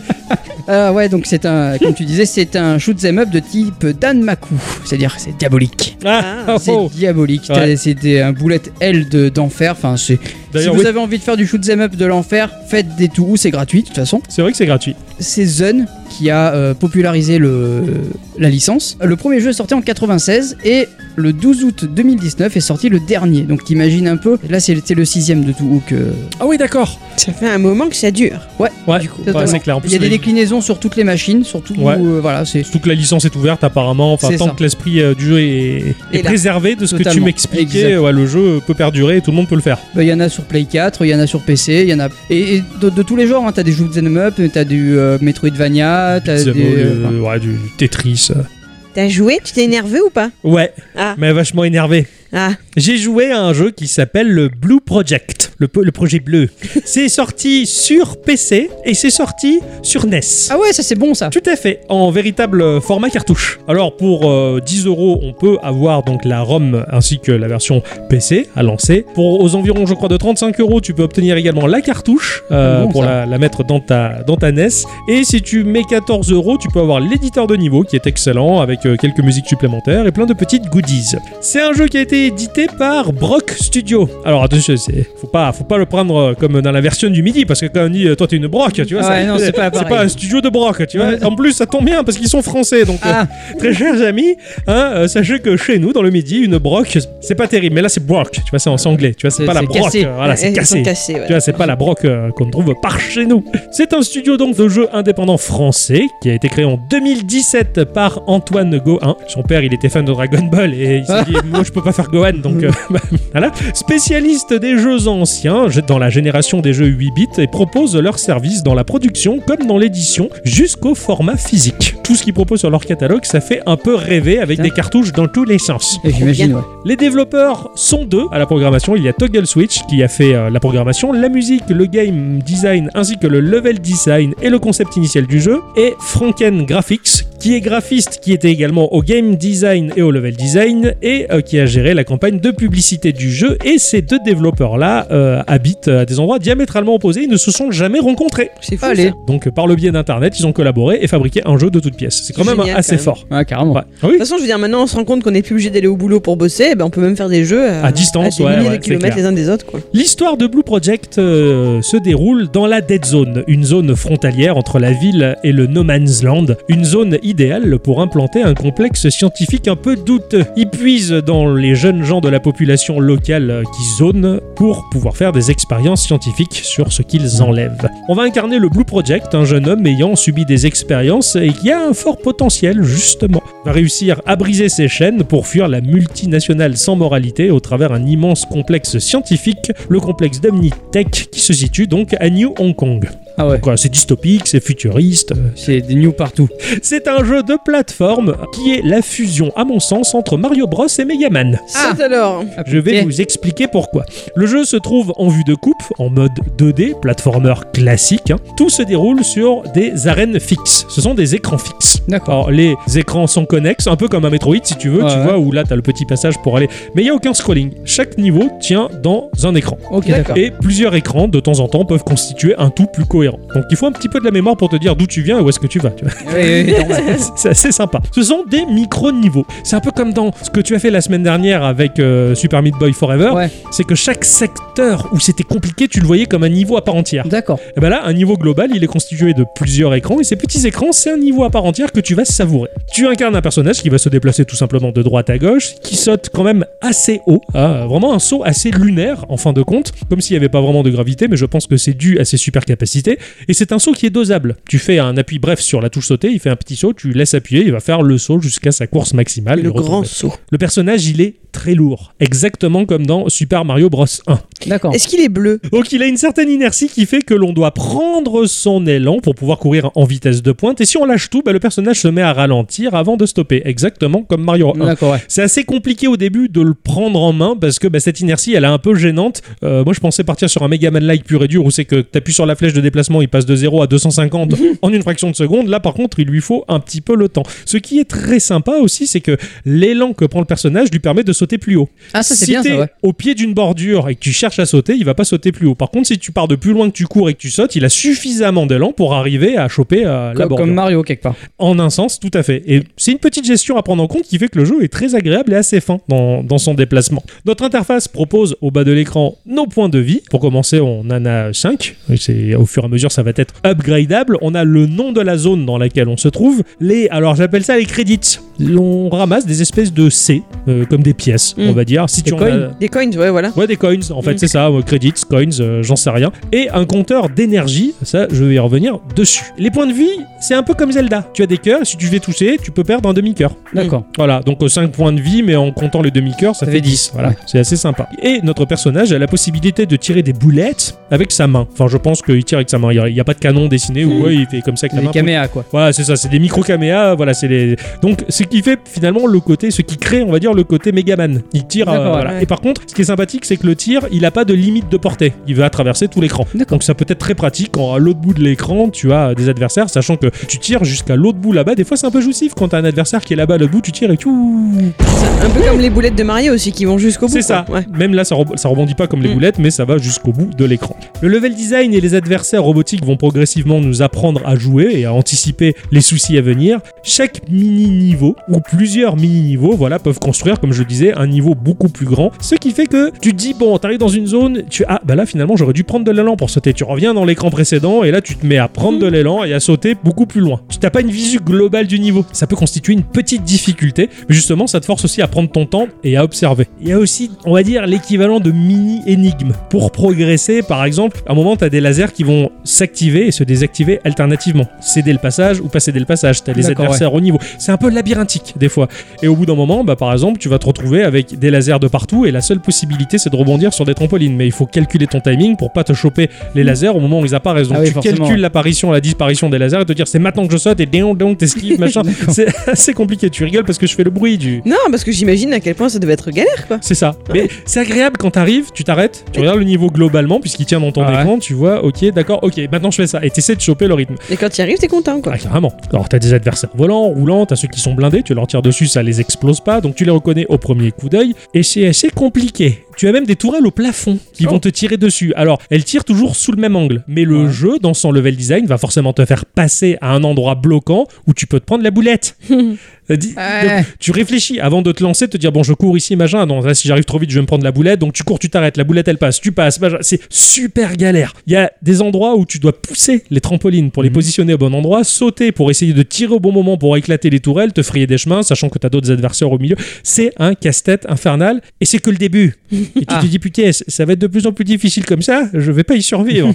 S3: Ah ouais, donc c'est un, comme tu disais, c'est un shoot 'em up de type Danmaku, c'est-à-dire c'est diabolique.
S2: Ah,
S1: Ah,
S2: oh,
S3: C'est
S2: oh.
S3: diabolique.
S2: Ouais.
S3: T'as- C'est des- un bullet L de- d'enfer. Enfin, c'est. Si
S2: D'ailleurs,
S3: vous
S2: oui,
S3: avez envie de faire du shoot 'em up de l'enfer, faites des tout c'est gratuit de toute façon.
S2: c'est vrai que c'est gratuit.
S3: c'est Zun qui a euh, popularisé le, la licence. Le premier jeu est sorti en 96 et le 12 août 2019 est sorti le dernier. Donc t'imagines un peu, là c'était le sixième de tout Hook. euh.
S2: Ah oui, d'accord.
S1: Ça fait un moment que ça dure.
S2: Ouais,
S3: Du coup,
S2: Ah, ouais, c'est clair. En
S3: Il
S2: plus,
S3: y a des
S2: les-
S3: déclinaisons sur toutes les machines, sur tout.
S2: Ouais.
S3: euh, voilà, c'est
S2: Surtout que la licence est ouverte apparemment, enfin
S3: C'est
S2: tant
S3: ça.
S2: que l'esprit euh, du jeu est, est
S1: Et là.
S2: préservé de ce que tu
S3: Totalement.
S2: m'expliquais,
S3: Exact.
S2: ouais, le jeu peut perdurer et tout le monde peut le faire.
S3: Bah, Il y en a sur Play 4, il y en a sur PC, il y en a. Et, et de, de tous les genres, hein, t'as des jeux de up, t'as du euh, Metroidvania, t'as
S2: Beats
S3: des.
S2: up, euh,
S3: enfin,
S2: ouais, du Tetris. euh.
S1: T'as joué Tu t'es énervé ou pas
S2: Ouais,
S1: Ah,
S2: mais vachement énervé.
S1: ah.
S2: J'ai joué à un jeu qui s'appelle le Blue Project, le, po- le projet bleu. c'est sorti sur PC et c'est sorti sur E NES.
S3: Ah ouais, ça c'est bon ça.
S2: Tout à fait, en véritable euh, format cartouche. Alors pour euh, 10 euros, on peut avoir donc la ROM ainsi que la version PC à lancer. Pour aux environs, je crois, de 35 euros, tu peux obtenir également la cartouche euh,
S3: Ah bon,
S2: pour
S3: ça.
S2: la, la mettre dans ta dans ta NES. Et si tu mets 14 euros, tu peux avoir l'éditeur de niveau qui est excellent avec euh, quelques musiques supplémentaires et plein de petites goodies. C'est un jeu qui a été édité par Brock Studio. Alors attention, c'est faut pas faut pas le prendre euh, comme dans la version du midi parce que quand on dit euh, toi t'es une broc, tu vois, ça-
S3: Ouais, non, c'est
S2: [LAUGHS]
S3: pas pareil.
S2: un studio de broc, tu vois.
S3: Ouais.
S2: En plus, ça tombe bien parce qu'ils sont français. Donc,
S3: Ah.
S2: euh, très chers amis, hein, euh, sachez que chez nous, dans le midi, une broc, c'est pas terrible. Mais là, c'est broc, tu vois, c'est en c'est anglais. Tu vois, c'est
S3: C'est-
S2: pas la
S3: c'est
S2: broc.
S3: cassé.
S2: euh,
S1: Eh,
S2: voilà,
S1: Ils
S2: c'est
S1: sont
S2: cassé.
S1: cassés, ouais.
S2: Tu vois, c'est pas la broc euh, qu'on trouve par chez nous. C'est un studio donc de jeux indépendants français qui a été créé en 2017 par Antoine Gohan. Son père, il était fan de Dragon Ball et il s'est dit Moi, je peux pas faire Gohan, donc euh, [LAUGHS] bah, voilà. Spécialiste des jeux anciens, je- dans la génération des jeux 8 bits, et propose leurs services dans la production comme dans l'édition jusqu'au format physique. Tout ce qu'ils proposent sur leur catalogue, ça fait un peu rêver avec
S3: Tiens.
S2: des cartouches dans tous les sens.
S3: Et J'imagine,
S1: bien.
S3: ouais.
S2: Les développeurs sont deux à la programmation. Il y a Toggle Switch qui a fait euh, la programmation, la musique, le game design ainsi que le level design et le concept initial du jeu. Et Franken Graphics qui est graphiste, qui était également au game design et au level design et euh, qui a géré la campagne de publicité du jeu. Et ces deux développeurs-là euh, habitent à des endroits diamétralement opposés. Ils ne se sont jamais rencontrés.
S1: C'est fou.
S3: Allez.
S1: ça.
S2: Donc euh, par le biais d'Internet, ils ont collaboré et fabriqué un jeu de toutes pièces. C'est quand même
S1: Génial,
S2: assez
S1: quand même.
S2: fort.
S3: Ouais, carrément.
S2: Ouais. Ah oui,
S1: De toute façon, je veux dire, maintenant on se rend compte qu'on n'est plus obligé d'aller au boulot pour bosser, eh ben, on peut même faire des jeux
S2: À distance,
S1: à des
S2: ouais,
S1: milliers
S2: ouais,
S1: de
S2: c'est
S1: kilomètres les
S2: clair.
S1: uns des autres. Quoi.
S2: L'histoire de Blue Project euh, se déroule dans la Dead Zone, une zone frontalière entre la ville et le No Man's Land, une zone idéale pour implanter un complexe scientifique un peu douteux. Il puise dans les jeunes gens de la population locale euh, qui zonent pour pouvoir faire des expériences scientifiques sur ce qu'ils enlèvent. On va incarner le Blue Project, un jeune homme ayant subi des expériences et qui a un fort potentiel justement va réussir à briser ses chaînes pour fuir la multinationale sans moralité au travers un immense complexe scientifique, le complexe d'Omnitech qui se situe donc à New Hong Kong.
S3: Ah ouais.
S2: Donc voilà, c'est dystopique, c'est futuriste. euh,
S3: C'est des new partout.
S2: C'est un jeu de plateforme qui est la fusion, à mon sens, entre Mario Bros et Mega Man.
S1: Ah. alors
S2: Je vais vous expliquer pourquoi. Le jeu se trouve en vue de coupe, en mode 2D, platformer classique. hein. Tout se déroule sur des arènes fixes. Ce sont des écrans fixes.
S3: D'accord.
S2: Alors, les écrans sont connexes, un peu comme un Metroid si tu veux,
S3: Ouais,
S2: tu
S3: ouais.
S2: vois, où là t'as le petit passage pour aller. Mais il n'y a aucun scrolling. Chaque niveau tient dans un écran.
S3: Ok, d'accord.
S2: Et plusieurs écrans de temps en temps peuvent constituer un tout plus cohérent. Donc il faut un petit peu de la mémoire pour te dire d'où tu viens et où est-ce que tu vas. tu
S3: [LAUGHS]
S2: vois.
S3: Oui, oui, oui, [LAUGHS] normal.
S2: C'est assez sympa. Ce sont des micro-niveaux. C'est un peu comme dans ce que tu as fait la semaine dernière avec euh, Super Meat Boy Forever.
S3: Ouais.
S2: C'est que chaque secteur où c'était compliqué, tu le voyais comme un niveau à part entière.
S3: D'accord.
S2: Et ben là, un niveau global, il est constitué de plusieurs écrans et ces petits écrans, c'est un niveau à part entière que tu vas savourer. Tu incarnes un personnage qui va se déplacer tout simplement de droite à gauche, qui saute quand même assez haut, hein, vraiment un saut assez lunaire en fin de compte, comme s'il n'y avait pas vraiment de gravité, mais je pense que c'est dû à ses super capacités. Et c'est un saut qui est dosable. Tu fais un appui bref sur la touche sautée, il fait un petit saut, tu laisses appuyer, il va faire le saut jusqu'à sa course maximale.
S1: le
S2: il retombe.
S1: grand saut.
S2: Le personnage, il est très lourd, exactement comme dans Super Mario Bros 1.
S3: D'accord.
S1: Est-ce qu'il est bleu
S2: Donc il a une certaine inertie qui fait que l'on doit prendre son élan pour pouvoir courir en vitesse de pointe. Et si on lâche tout, bah, le personnage se met à ralentir avant de stopper, exactement comme Mario 1.
S3: D'accord, ouais.
S2: C'est assez compliqué au début de le prendre en main parce que bah, cette inertie elle est un peu gênante. Euh, moi je pensais partir sur un Mega Man like pur et dur où c'est que t'appuies sur la flèche de déplacement, il passe de 0 à 250 en une fraction de seconde. Là par contre il lui faut un petit peu le temps. Ce qui est très sympa aussi c'est que l'élan que prend le personnage lui permet de sauter plus haut.
S3: Ah, ça, c'est
S2: si
S3: bien,
S2: t'es
S3: ça, ouais.
S2: au pied d'une bordure et que tu cherches à sauter, il va pas sauter plus haut. Par contre si tu pars de plus loin que tu cours et que tu sautes, il a suffisamment d'élan pour arriver à choper euh, la
S3: Comme-
S2: bordure.
S3: Comme Mario, quelque part.
S2: En un sens, tout à fait. Et c'est une petite gestion à prendre en compte qui fait que le jeu est très agréable et assez fin dans, dans son déplacement. Notre interface propose au bas de l'écran nos points de vie. Pour commencer, on en a 5. Au fur et à mesure, ça va être upgradable. On a le nom de la zone dans laquelle on se trouve. Les, alors j'appelle ça les crédits. On ramasse des espèces de C, euh, comme des pièces,
S1: Mm.
S2: on va dire. Si
S3: Hmm. Des
S2: tu en
S3: coins.
S2: as-
S1: Des coins, ouais, voilà.
S2: Ouais, des coins, en fait,
S1: Mm.
S2: c'est ça, ouais, credits, coins, euh, j'en sais rien. Et un compteur d'énergie, ça, je vais y revenir dessus. Les points de vie, c'est un peu comme Zelda. Tu as des cœurs, si tu devais toucher, tu peux perdre un demi-cœur.
S3: D'accord.
S2: Voilà, donc 5 points de vie, mais en comptant le demi-cœur, ça, fait 10. Voilà,
S3: ouais.
S2: c'est assez sympa. Et notre personnage a la possibilité de tirer des boulettes avec sa main. Enfin, je pense qu'il tire avec sa main. Il n'y a, pas de canon dessiné ou ouais, Mm. il fait comme ça avec la
S3: Les
S2: main.
S3: caméas, quoi.
S2: Voilà, c'est ça, c'est des micro caméas, voilà, c'est les donc ce qui fait finalement le côté ce qui crée, on va dire le côté Megaman. Il tire euh,
S3: D'accord,
S2: voilà.
S1: ouais.
S2: Et par contre, ce qui est sympathique, c'est que le tir, il a pas de limite de portée. Il va traverser tout l'écran.
S3: D'accord.
S2: Donc ça peut être très pratique quand à l'autre bout de l'écran, tu as des adversaires, sachant que tu tires jusqu'à l'autre bout là-bas. Des fois, c'est un peu jouissif quand t'as un adversaire qui est là-bas à l'autre bout, tu tires et tu
S1: Un peu comme les boulettes de Mario aussi qui vont jusqu'au bout.
S2: c'est
S1: quoi.
S2: ça.
S1: Ouais.
S2: Même là, ça, re- ça rebondit pas comme les
S1: Mm.
S2: boulettes, mais ça va jusqu'au bout de l'écran. Le level design et les adversaires robotiques vont progressivement nous apprendre à jouer et à anticiper les soucis à venir. Chaque mini-niveau ou plusieurs mini-niveaux, voilà, peuvent construire, comme je le disais, un niveau beaucoup plus grand. Ce qui fait que tu te dis, bon, t'arrives dans une zone, tu ah, bah là, finalement, j'aurais dû prendre de l'élan pour sauter. Tu reviens dans l'écran précédent et là, tu te mets à prendre de l'élan et à sauter beaucoup plus loin. Tu n'as pas une visu globale du niveau. Ça peut constituer une petite difficulté, mais justement, ça te force aussi à prendre ton temps et à observer. Il y a aussi, on va dire, l'équivalent de mini-énigmes. Pour progresser, par exemple, à un moment, tu as des lasers qui vont s'activer et se désactiver alternativement. Céder le passage ou pas céder le passage. Tu as les
S3: D'accord,
S2: adversaires au niveau. C'est un peu labyrinthique, des fois. Et au bout d'un moment, bah, par exemple, tu vas te retrouver avec des lasers de partout et la seule possibilité, c'est de rebondir sur des trampolines. Mais il faut calculer ton timing pour pas te choper les lasers au moment où ils apparaissent. Donc
S3: Ah oui,
S2: tu
S3: forcément,
S2: calcules l'apparition, la disparition des lasers et te dire c'est maintenant que je saute et donc donc
S3: [LAUGHS]
S2: t'esquives, machin. c'est assez compliqué. Tu rigoles parce que je fais le bruit du.
S1: Non, parce que j'imagine à quel point ça devait être galère, quoi.
S2: C'est ça. Mais c'est agréable quand t'arrives, tu t'arrêtes, tu regardes le niveau globalement, puisqu'il tient dans ton
S3: Ah ouais.
S2: écran, tu vois, ok, d'accord, ok, maintenant je fais ça. Et t'essaies de choper le rythme.
S1: Et quand tu arrives, t'es content, quoi.
S2: Ah, carrément. Alors, t'as des adversaires volants, roulants, t'as ceux qui sont blindés, tu leur tires dessus, ça les explose pas, donc tu les reconnais au premier coup d'œil. Et c'est assez compliqué. Tu as même des tourelles au plafond qui
S3: Oh.
S2: vont te tirer dessus. Alors, elles tirent toujours sous le même angle, mais le
S3: Ouais.
S2: jeu, dans son level design, va forcément te faire passer à un endroit bloquant où tu peux te prendre la boulette. Dis-
S3: Ouais.
S2: donc, tu réfléchis avant de te lancer, te dire bon, je cours ici, machin. Non, là, si j'arrive trop vite, je vais me prendre la boulette. Donc tu cours, tu t'arrêtes, la boulette elle passe, tu passes. machin. C'est super galère. Il y a des endroits où tu dois pousser les trampolines pour les
S3: Mhm.
S2: positionner au bon endroit, sauter pour essayer de tirer au bon moment pour éclater les tourelles, te frayer des chemins, sachant que t'as d'autres adversaires au milieu. C'est un casse-tête infernal et c'est que le début. Et tu
S3: Ah.
S2: te dis putain, c- ça va être de plus en plus difficile comme ça. Je vais pas y survivre.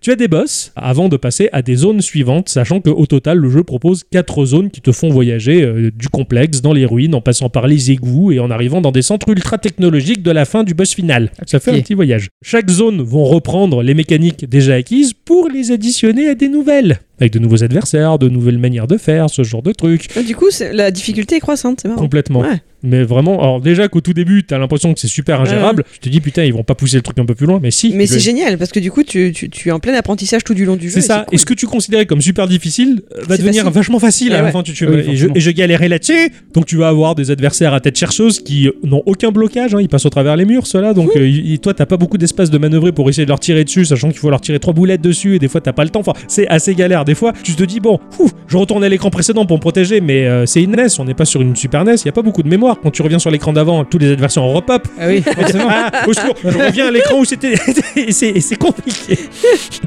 S2: Tu as des boss avant de passer à des zones suivantes, sachant qu'au total, le jeu propose quatre zones qui te font voyager euh, du complexe dans les ruines, en passant par les égouts et en arrivant dans des centres ultra technologiques de la fin du boss final. Ça fait un
S3: Ok.
S2: petit voyage. Chaque zone vont reprendre les mécaniques déjà acquises pour les additionner à des nouvelles, avec de nouveaux adversaires, de nouvelles manières de faire, ce genre de trucs.
S1: Ah, Du coup, c'est- la difficulté est croissante, c'est marrant.
S2: Complètement.
S1: Ah, Ouais.
S2: Mais vraiment, alors déjà qu'au tout début, t'as l'impression que c'est super ingérable. Tu te dis putain, ils vont pas pousser le truc un peu plus loin, mais si.
S1: Mais
S2: ils le-
S1: c'est génial, parce que du coup, tu, tu- tu es en plein apprentissage tout du long du jeu.
S2: C'est ça.
S1: Et
S2: Et ce que tu considérais comme super difficile euh, va
S1: C'est
S2: devenir
S1: facile.
S2: vachement facile. à
S1: Eh
S2: la
S1: ouais.
S2: fin. Tu- tu-
S3: Oui,
S2: et, je,
S3: forcément.
S2: et je galérais là-dessus. Donc tu vas avoir des adversaires à tête chercheuse qui euh, n'ont aucun blocage. hein. Ils passent au travers les murs, ceux-là. Donc euh, ils- toi, t'as pas beaucoup d'espace de manœuvrer pour essayer de leur tirer dessus, sachant qu'il faut leur tirer trois boulettes dessus et des fois t'as pas le temps. Enfin, c'est assez galère. Des fois, tu te dis bon, ouf, je retourne à l'écran précédent pour me protéger, mais euh, c'est une NES, on n'est pas sur une Super NES, il y a pas beaucoup de mémoire. Quand tu reviens sur l'écran d'avant, tous les adversaires en repop.
S3: Ah oui, forcément.
S2: Ah, au secours, je reviens à l'écran où c'était. [LAUGHS] et c'est et c'est compliqué.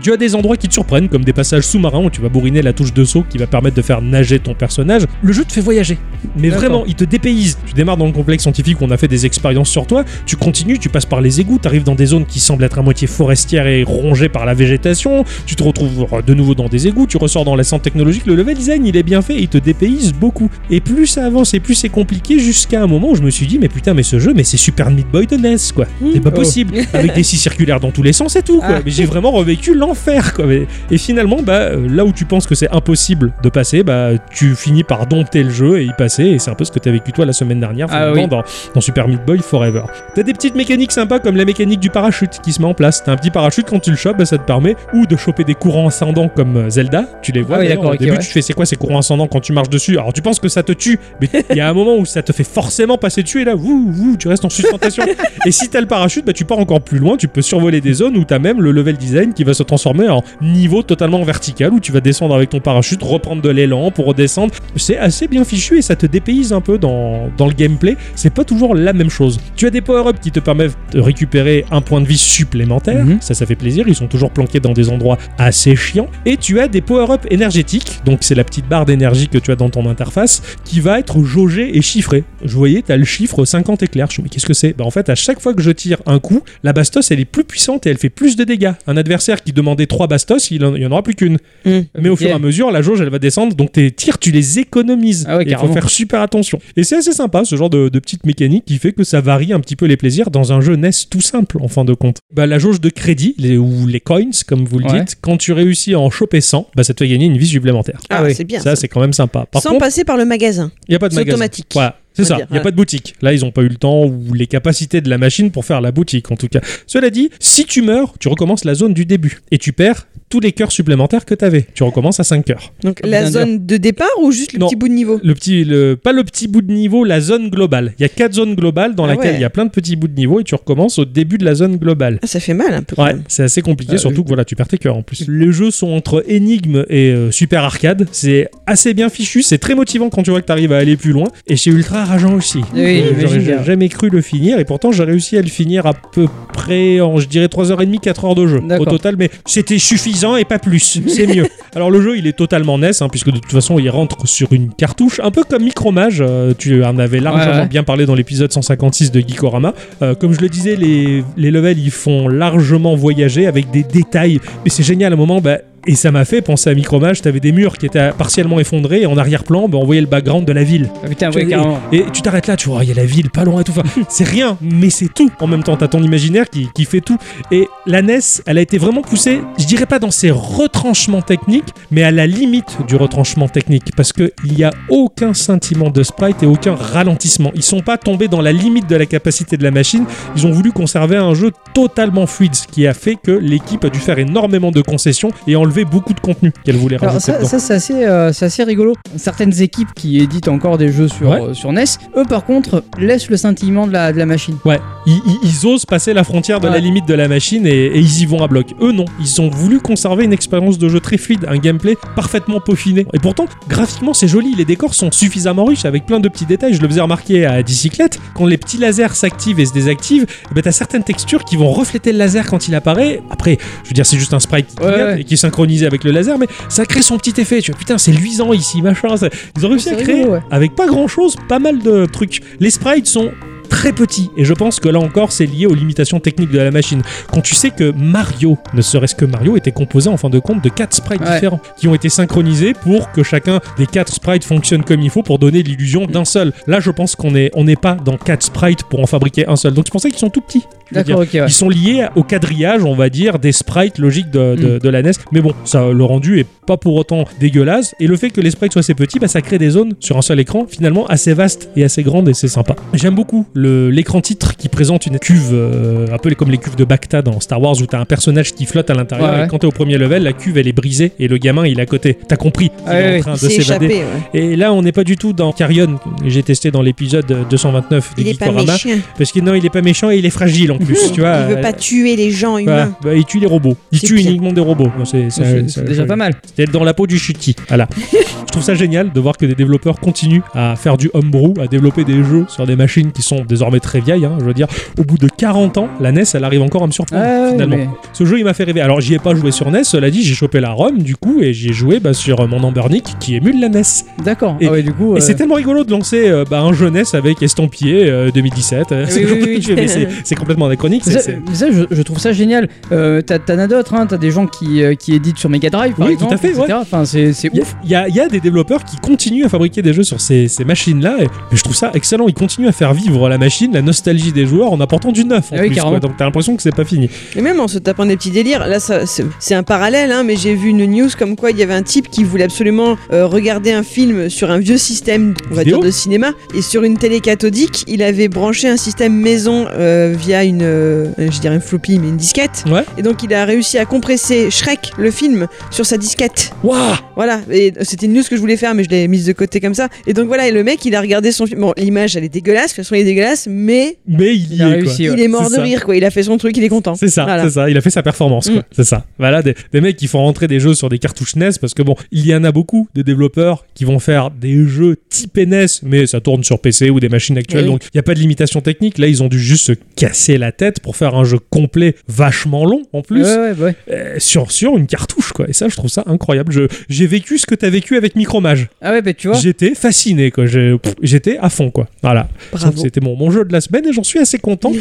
S2: Tu as des endroits qui te surprennent, comme des passages sous-marins où tu vas bourriner la touche de saut qui va permettre de faire nager ton personnage. Le jeu te fait voyager, mais
S3: D'accord.
S2: vraiment, il te dépayse. Tu démarres dans le complexe scientifique où on a fait des expériences sur toi, tu continues, tu passes par les égouts, tu arrives dans des zones qui semblent être à moitié forestières et rongées par la végétation, tu te retrouves euh, de nouveau dans des égouts, tu ressors dans la centre technologique. Le level design, il est bien fait, il te dépayse beaucoup. Et plus ça avance et plus c'est compliqué, jusqu'à un moment où je me suis dit, mais putain, mais ce jeu, mais c'est Super Meat Boy de NES, quoi. C'est pas
S3: Oh.
S2: possible. Avec des scies circulaires dans tous les sens et tout, quoi.
S3: Ah.
S2: Mais j'ai vraiment revécu l'enfer, quoi. Mais- Et finalement, bah, euh, là où tu penses que c'est impossible de passer, bah, tu finis par dompter le jeu et y passer. Et c'est un peu ce que t'as vécu toi la semaine dernière,
S3: Ah
S2: finalement, dans, dans Super Meat Boy Forever. T'as des petites mécaniques sympas comme la mécanique du parachute qui se met en place. T'as un petit parachute, quand tu le chopes, bah, ça te permet ou de choper des courants ascendants comme euh, Zelda. Tu les vois,
S3: Ah oui,
S2: d'ailleurs,
S3: d'accord,
S2: au
S3: ok,
S2: début,
S3: ouais.
S2: tu fais c'est quoi ces courants ascendants quand tu marches dessus. Alors tu penses que ça te tue, mais il y a un moment où ça te fait forcément passer dessus et là, ouh, ouh, tu restes en
S3: [LAUGHS]
S2: suspension. Et si t'as le parachute, bah, tu pars encore plus loin, tu peux survoler des zones où t'as même le level design qui va se transformer en niveau totalement vertical où tu vas descendre avec ton parachute, reprendre de l'élan pour redescendre. C'est assez bien fichu et ça te dépayse un peu dans, dans le gameplay. C'est pas toujours la même chose. Tu as des power-ups qui te permettent de récupérer un point de vie supplémentaire.
S3: Mhm.
S2: Ça, ça fait plaisir. Ils sont toujours planqués dans des endroits assez chiants. Et tu as des power-ups énergétiques. Donc, c'est la petite barre d'énergie que tu as dans ton interface qui va être jaugé et chiffré. Je voyais, t'as le chiffre 50 éclairs. Je me dis, mais qu'est-ce que c'est Bah, en fait, à chaque fois que je tire un coup, la bastos, elle est plus puissante et elle fait plus de dégâts. Un adversaire qui demandait 3 bastos, il en, il y en aura plus qu'une.
S1: Mm.
S2: Mais au
S3: Mmh. Ok.
S2: fur et à mesure, la jauge, elle va descendre. Donc, tes tirs, tu les économises.
S3: Ah ouais,
S2: Et il faut
S3: carrément.
S2: faire super attention. Et c'est assez sympa, ce genre de, de petite mécanique qui fait que ça varie un petit peu les plaisirs dans un jeu NES tout simple, en fin de compte. Bah, la jauge de crédit, les- ou les coins, comme vous le
S3: Ouais.
S2: dites, quand tu réussis à en choper 100, bah, ça te fait gagner une vie supplémentaire.
S1: Ah,
S3: Ah oui.
S1: c'est bien.
S2: Ça, c'est quand même sympa. Par
S1: Sans
S2: contre,
S1: passer par le magasin.
S2: il n'y a pas de
S1: C'est
S2: magasin.
S1: automatique.
S2: Voilà.
S1: On
S2: C'est
S1: va
S2: ça,
S1: dire,
S2: il n'y a
S1: ouais.
S2: pas de boutique. Là, ils n'ont pas eu le temps ou les capacités de la machine pour faire la boutique, en tout cas. Cela dit, si tu meurs, tu recommences la zone du début et tu perds tous les cœurs supplémentaires que tu avais. Tu recommences à 5 cœurs.
S1: Donc
S3: Ah,
S1: la
S3: bien
S1: zone de départ ou juste le
S2: Non.
S1: petit bout de niveau
S2: Le petit, le, pas le petit bout de niveau, la zone globale. Il y a quatre zones globales dans
S1: Ah
S2: laquelle il
S1: ouais.
S2: y a plein de petits bouts de niveau et tu recommences au début de la zone globale.
S1: Ah, ça fait mal un peu. quand
S2: Ouais,
S1: même.
S2: c'est assez compliqué,
S3: Euh,
S2: surtout
S3: je-
S2: que voilà, tu perds tes cœurs en plus. Les jeux sont entre énigmes et euh, super arcade. C'est assez bien fichu, c'est très motivant quand tu vois que tu arrives à aller plus loin. Et c'est ultra rageant aussi. Euh,
S3: Oui,
S2: J'aurais
S3: j'imagine bien.
S2: jamais cru le finir et pourtant j'ai réussi à le finir à peu près en, je dirais, 3h30, 4h de jeu au
S3: D'accord.
S2: total, mais c'était suffisant et pas plus. C'est mieux. Alors le jeu, il est totalement NES, hein, puisque de toute façon, il rentre sur une cartouche, un peu comme Micromage. euh, tu en avais largement
S3: Ouais, ouais.
S2: bien parlé dans l'épisode 156 de Geekorama. Euh, comme je le disais, les, les levels, ils font largement voyager avec des détails. Mais c'est génial, à un moment, bah, et ça m'a fait penser à Micromage, t'avais des murs qui étaient partiellement effondrés, et en arrière-plan, bah, on voyait le background de la ville.
S3: [LAUGHS] Ah, putain,
S2: Tu
S3: ouais,
S2: vois,
S3: carrément.
S2: Et tu t'arrêtes là, tu vois, oh, il y a la ville pas loin et tout. Enfin, c'est rien, mais c'est tout. En même temps, t'as ton imaginaire qui, qui fait tout. Et la NES, elle a été vraiment poussée, je dirais pas dans ses retranchements techniques, mais à la limite du retranchement technique. Parce qu'il n'y a aucun sentiment de sprite et aucun ralentissement. Ils sont pas tombés dans la limite de la capacité de la machine. Ils ont voulu conserver un jeu totalement fluide, ce qui a fait que l'équipe a dû faire énormément de concessions et enlever beaucoup de contenu qu'elle voulait rajouter.
S3: Alors ça,
S2: dedans.
S3: ça, c'est assez, euh, c'est assez rigolo. Certaines équipes qui éditent encore des jeux sur,
S2: Ouais.
S3: euh, sur NES, eux par contre, laissent le scintillement de la, de la machine.
S2: Ouais, ils, ils- ils osent passer la frontière de la
S3: Ouais.
S2: limite de la machine et, et ils y vont à bloc. Eux non, ils ont voulu conserver une expérience de jeu très fluide, un gameplay parfaitement peaufiné. Et pourtant, graphiquement c'est joli, les décors sont suffisamment riches avec plein de petits détails. Je le faisais remarquer à Dicyclette, quand les petits lasers s'activent et se désactivent, eh ben, t'as certaines textures qui vont refléter le laser quand il apparaît. Après, je veux dire, c'est juste un sprite qui,
S3: Ouais,
S2: clignote
S3: ouais.
S2: et qui est synchronisé avec le laser, mais ça crée son petit effet. Tu vois, putain, c'est luisant ici, machin. ça- Ils ont réussi à
S3: C'est
S2: créer,
S3: rigolo, ouais.
S2: avec pas grand chose, pas mal de trucs. Les sprites sont très petits et je pense que là encore c'est lié aux limitations techniques de la machine. Quand tu sais que Mario, ne serait-ce que Mario, était composé en fin de compte de quatre sprites
S3: Ouais.
S2: différents qui ont été synchronisés pour que chacun des quatre sprites fonctionne comme il faut pour donner l'illusion d'un seul. Là je pense qu'on est on n'est pas dans quatre sprites pour en fabriquer un seul. Donc c'est pour ça qu'ils sont tout petits. je veux dire.
S3: D'accord, ok, ouais.
S2: Ils sont liés au quadrillage, on va dire, des sprites logiques de,
S3: Mm.
S2: de- de la NES. Mais bon, ça, le rendu est pas pour autant dégueulasse. Et le fait que les sprites soient assez petits, bah, ça crée des zones sur un seul écran, finalement assez vastes et assez grandes, et c'est sympa. J'aime beaucoup le- l'écran titre qui présente une cuve, euh, un peu comme les cuves de Bacta dans Star Wars, où t'as un personnage qui flotte à l'intérieur,
S3: Ouais, ouais.
S2: et quand t'es au premier level, la cuve elle est brisée, et le gamin il est à côté. T'as compris, il
S3: Ah,
S2: est
S3: ouais,
S2: en train
S1: Il
S2: de
S1: s'est
S2: s'évader.
S1: échappé. ouais.
S2: Et là, on n'est pas du tout dans Carrion, que j'ai testé dans l'épisode 229 de
S1: Il est pas
S2: Geekorama.
S1: méchant.
S2: Parce que non, il est pas méchant et il est fragile en
S1: [LAUGHS]
S2: plus, tu vois. euh,
S1: Il veut pas tuer les gens
S2: Voilà.
S1: humains.
S2: Bah, il tue les robots. Il
S1: C'est
S2: tue
S1: bien.
S2: uniquement des robots. Bon, c'est- c'est-
S3: C'est-
S2: c'est-
S3: C'est déjà pas mal.
S2: C'était dans la peau du chutis.
S3: [LAUGHS]
S2: Voilà. Je trouve ça génial de voir que des développeurs continuent à faire du homebrew, à développer des jeux sur des machines qui sont désormais très vieilles. hein. Je veux dire, au bout de 40 ans, la NES, elle arrive encore à me surprendre.
S3: Ah ouais,
S2: finalement.
S3: mais-
S2: Ce jeu, il m'a fait rêver. Alors, j'y ai pas joué sur NES. Cela dit, j'ai chopé la ROM du coup et j'y ai joué bah, sur euh, mon Ambernick qui émule la NES.
S3: D'accord.
S2: Et-
S3: Ah ouais, du coup. euh,
S2: Et c'est tellement rigolo de lancer euh, bah, un jeu NES avec Estampillé euh, 2017. euh,
S3: Oui,
S2: c'est
S3: oui,
S2: complètement- [LAUGHS]
S3: oui.
S2: je fais, mais
S3: [LAUGHS]
S2: c'est- c'est complètement anachronique.
S3: Ça,
S2: c'est- c'est-
S3: mais ça, je, je trouve ça génial. Euh, t'as- T'en as, d'autres, hein. t'as des gens qui, euh, qui éditent sur Mega Drive, par
S2: Oui, tout
S3: exemple,
S2: à fait,
S3: etc. Enfin, c'est c'est
S2: Il y a-
S3: ouf.
S2: il y, a- il y a des développeurs qui continuent à fabriquer des jeux sur ces, ces machines-là, et, et je trouve ça excellent. Ils continuent à faire vivre la machine, la nostalgie des joueurs en apportant du neuf. En
S3: Ah oui,
S2: plus,
S3: carrément.
S2: quoi. Donc t'as l'impression que c'est pas fini.
S1: Et même en se tapant des petits délires, là ça, c'est c'est un parallèle, hein, mais j'ai vu une news comme quoi il y avait un type qui voulait absolument euh, regarder un film sur un vieux système, on va
S2: Vidéo
S1: dire, de cinéma, et sur une télé cathodique, il avait branché un système maison euh, via une, euh, je dirais une floppy, mais une disquette.
S2: Ouais.
S1: Et donc il a réussi à compresser Shrek, le film, sur sa disquette.
S2: Waouh
S1: Voilà, et c'était une news que je voulais faire, mais je l'ai mise de côté comme ça. Et donc voilà, et le mec, il a regardé son film. Bon, l'image, elle est dégueulasse, le son est dégueulasse, mais
S2: Mais il y
S3: Il a
S2: est, quoi.
S3: réussi. ouais.
S1: il est mort
S2: C'est
S1: de
S2: ça.
S1: rire, quoi. Il a fait son truc, il est content.
S2: C'est ça,
S1: Voilà.
S2: c'est ça. Il a fait sa performance, quoi.
S1: Mm.
S2: C'est ça. Voilà, des, des mecs qui font rentrer des jeux sur des cartouches NES parce que bon, il y en a beaucoup de développeurs qui vont faire des jeux type NES, mais ça tourne sur PC ou des machines actuelles,
S1: Oui.
S2: donc il n'y a pas de limitation technique. Là, ils ont dû juste se casser la tête pour faire un jeu complet, vachement long en plus,
S3: Ouais, ouais, bah ouais.
S2: euh, sur sur une cartouche, quoi. Et ça, je trouve ça incroyable. Je- J'ai vécu ce que t'as vécu avec Micromage.
S3: Ah ouais, bah tu vois.
S2: J'étais fasciné, quoi. J'ai- pff, J'étais à fond, quoi. Voilà.
S1: Bravo.
S2: C'était mon, mon jeu de la semaine et j'en suis assez content.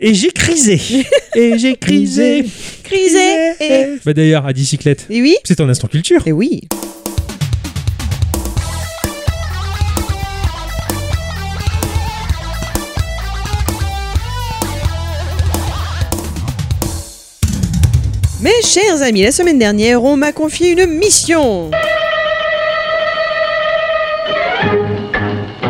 S2: Et j'ai
S1: [LAUGHS]
S2: crisé. Et j'ai crisé.
S1: Crisé et...
S2: Bah d'ailleurs, à bicyclette,
S1: [LAUGHS] Et oui
S2: c'est ton instant culture.
S1: Et oui Mes chers amis, la semaine dernière, on m'a confié une mission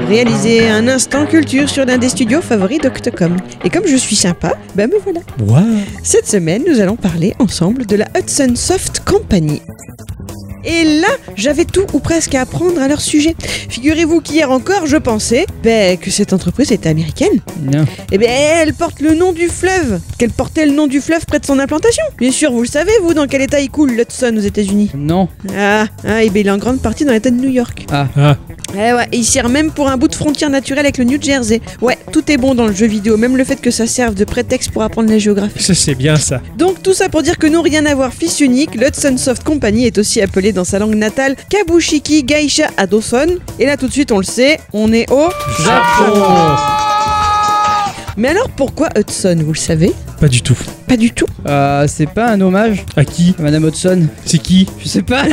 S1: Réaliser un instant culture sur l'un des studios favoris d'Octocom. Et comme je suis sympa, ben me voilà
S2: Moi
S1: cette semaine, nous allons parler ensemble de la Hudson Soft Company. Et là, j'avais tout ou presque à apprendre à leur sujet. Figurez-vous qu'hier encore, je pensais ben, que cette entreprise était américaine.
S3: Non.
S1: Eh bien, elle porte le nom du fleuve. Qu'elle portait le nom du fleuve près de son implantation. Bien sûr, vous le savez, vous, dans quel état il coule l'Hudson aux États-Unis.
S3: Non.
S1: Ah, ah, et bien, il est en grande partie dans l'état de New York.
S2: Ah,
S1: Eh ouais, et il sert même pour un bout de frontière naturelle avec le New Jersey. Ouais, tout est bon dans le jeu vidéo, même le fait que ça serve de prétexte pour apprendre la géographie.
S2: ça c'est bien ça.
S1: Donc tout ça pour dire que non rien à voir fils unique, l'Hudson Soft Company est aussi appelée dans sa langue natale Kabushiki Gaisha à Dawson. Et là tout de suite on le sait, on est au...
S3: Japon
S2: Ah.
S1: Mais alors pourquoi Hudson, vous le savez
S2: Pas du tout.
S1: Pas du tout. [LAUGHS]
S3: Euh, C'est pas un hommage
S2: À qui
S3: à Madame Hudson
S2: C'est qui
S3: Je sais pas.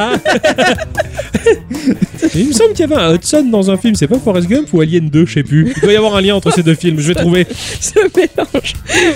S2: Il me semble qu'il y avait un Hudson dans un film, c'est pas Forrest Gump ou Alien 2, je sais plus. Il doit y avoir un lien entre ces deux films, je vais trouver.
S1: Ce mélange.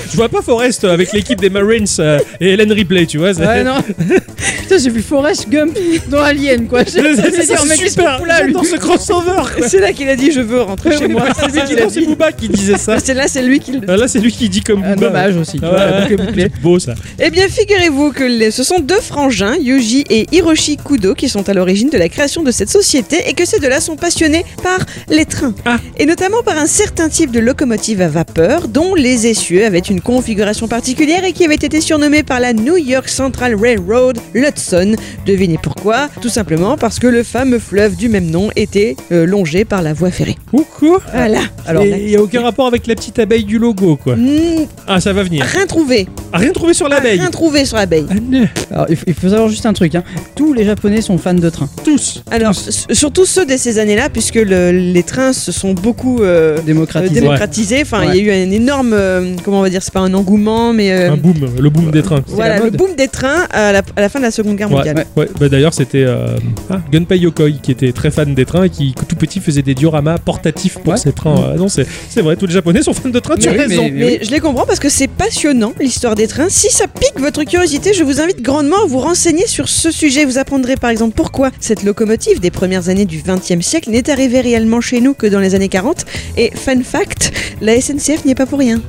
S2: Je vois pas Forrest avec l'équipe des Marines euh, et Helen Ripley, tu vois. c'est-
S3: Ouais, non. [LAUGHS] Putain, j'ai vu Forrest Gump dans Alien, [LAUGHS] quoi.
S2: C'est- c'est- c'est-
S3: dire, mais
S2: C'est
S3: qu'est-ce qu'il
S2: super,
S3: fout là, lui
S2: dans ce crossover quoi.
S1: C'est là qu'il a dit je veux rentrer chez moi. [LAUGHS] C'est lui [LAUGHS] qui l'a
S2: Non, C'est
S1: dit.
S2: Booba qui disait ça.
S1: C'est là, c'est lui qui le
S2: Ah, Là, c'est lui qui dit comme
S3: Un
S2: Booba.
S3: hommage euh, aussi. tu
S2: Ah
S3: vois,
S2: ouais,
S3: la boucle est bouclée.
S2: C'est beau ça.
S1: Eh bien, figurez-vous que les- ce sont deux frangins, Yuji et Hiroshi Kudo, qui sont à l'origine de la création de cette société et que ces deux-là sont passionnés par les trains.
S2: Ah.
S1: Et notamment par un certain type de locomotive à vapeur dont les essieux avaient une configuration particulière et qui avait été surnommée par la New York Central Railroad l'Hudson. Devinez pourquoi Tout simplement parce que le fameux fleuve du même nom était euh, longé par la voie ferrée.
S2: Coucou.
S1: Voilà.
S3: Alors,
S2: Ah. Et il n'y a aucun rapport avec la petite abeille du logo, quoi.
S1: Hmm,
S2: Ah, ça va venir.
S1: rien trouvé.
S2: Ah, Rien trouvé sur l'abeille.
S1: Rien trouvé sur l'abeille.
S2: Ah, non.
S3: alors, il faut- il faut savoir juste un truc. Hein. Tous les Japonais sont fans de train.
S2: Tous.
S1: Alors, s- surtout ceux de ces années-là, puisque le- les trains se sont beaucoup euh, euh,
S3: Démocratisés.
S1: démocratisés. Enfin, il y a eu un énorme, euh, comment on va dire, c'est pas un engouement, mais euh,
S2: Un boom, le boom des trains.
S3: c'est
S1: voilà,
S3: la
S1: le
S3: mode.
S1: boom des trains à la, à la fin de la Seconde Guerre
S2: Ouais,
S1: mondiale.
S3: ouais.
S2: Ouais, bah d'ailleurs c'était euh, ah, Gunpei Yokoi qui était très fan des trains et qui tout petit faisait des dioramas portatifs pour
S3: Ouais.
S2: ses trains. Ah non, c'est c'est vrai, tous les japonais sont fans de trains, tu as
S3: Mais oui,
S2: raison.
S3: mais-
S1: Mais je les comprends parce que c'est passionnant l'histoire des trains. Si ça pique votre curiosité, je vous invite grandement à vous renseigner sur ce sujet. Vous apprendrez par exemple pourquoi cette locomotive des premières années du XXe siècle n'est arrivée réellement chez nous que dans les années 40. Et fun fact, la SNCF n'y est pas pour rien.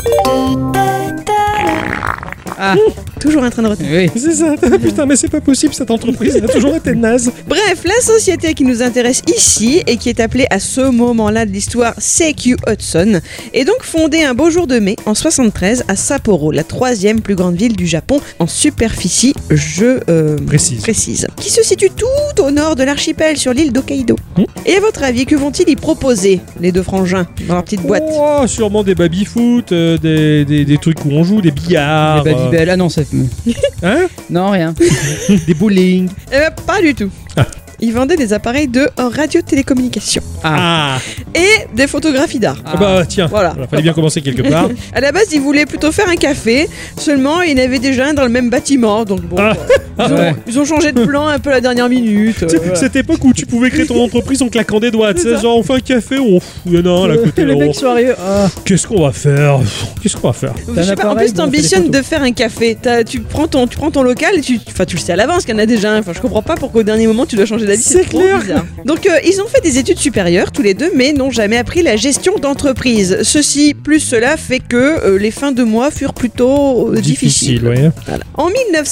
S3: Ah,
S1: Toujours en train de retenir.
S3: oui.
S2: C'est ça. [LAUGHS] Putain, mais c'est pas possible cette entreprise. Elle a toujours été naze.
S1: Bref, la société qui nous intéresse ici et qui est appelée à ce moment-là de l'histoire CQ Hudson est donc fondée un beau jour de mai en 73 à Sapporo, la troisième plus grande ville du Japon en superficie, je euh,
S2: Précise.
S1: précise, qui se situe tout au nord de l'archipel sur l'île d'Hokkaido.
S2: Hmm.
S1: Et à votre avis, que vont-ils y proposer, les deux frangins, dans leur petite boîte
S2: Oh, sûrement des baby-foot, euh, des, des- des trucs où on joue, des billards.
S3: Les
S2: euh,
S3: Babybel. Ah non, c'est.
S2: hein
S3: Non, rien.
S2: des bowling.
S1: Eh ben, pas du tout.
S2: Ah.
S1: Ils vendaient des appareils de radio-télécommunication
S3: Ah.
S2: Ah,
S1: et des photographies d'art.
S2: Ah bah tiens,
S1: Voilà.
S2: voilà, fallait bien commencer quelque
S1: [LAUGHS]
S2: part.
S1: À la base, ils voulaient plutôt faire un café, seulement il y en avait déjà un dans le même bâtiment, donc bon.
S2: Ah.
S1: euh,
S2: Ah,
S1: ils, ont,
S3: ouais.
S1: ils ont changé de plan un peu la dernière minute. euh,
S2: Tu sais,
S1: voilà.
S2: Cette époque où tu pouvais créer ton entreprise en claquant des doigts, tu sais, genre on fait un café, on pff, il y en a
S3: Oh,
S2: un là à côté là,
S3: [LAUGHS] Le
S2: on-
S3: mec sérieux. Ah.
S2: Qu'est-ce qu'on va faire Pff, Qu'est-ce qu'on va faire
S1: Je sais
S3: un
S1: pas, en
S3: appareil
S1: plus,
S3: dont on fait des
S1: t'ambitionnes
S3: photos.
S1: de faire un café. T'as- tu, prends ton, tu prends ton local et tu. Enfin, tu le sais à l'avance qu'il y en a déjà un. Enfin, je comprends pas pourquoi au dernier moment tu dois changer d'avis.
S2: C'est
S1: trop
S2: clair.
S1: bizarre. Donc, euh, ils ont fait des études supérieures, tous les deux, mais n'ont jamais appris la gestion d'entreprise. Ceci plus cela fait que euh, les fins de mois furent plutôt euh, difficiles.
S2: ouais. hein.
S1: Voilà. En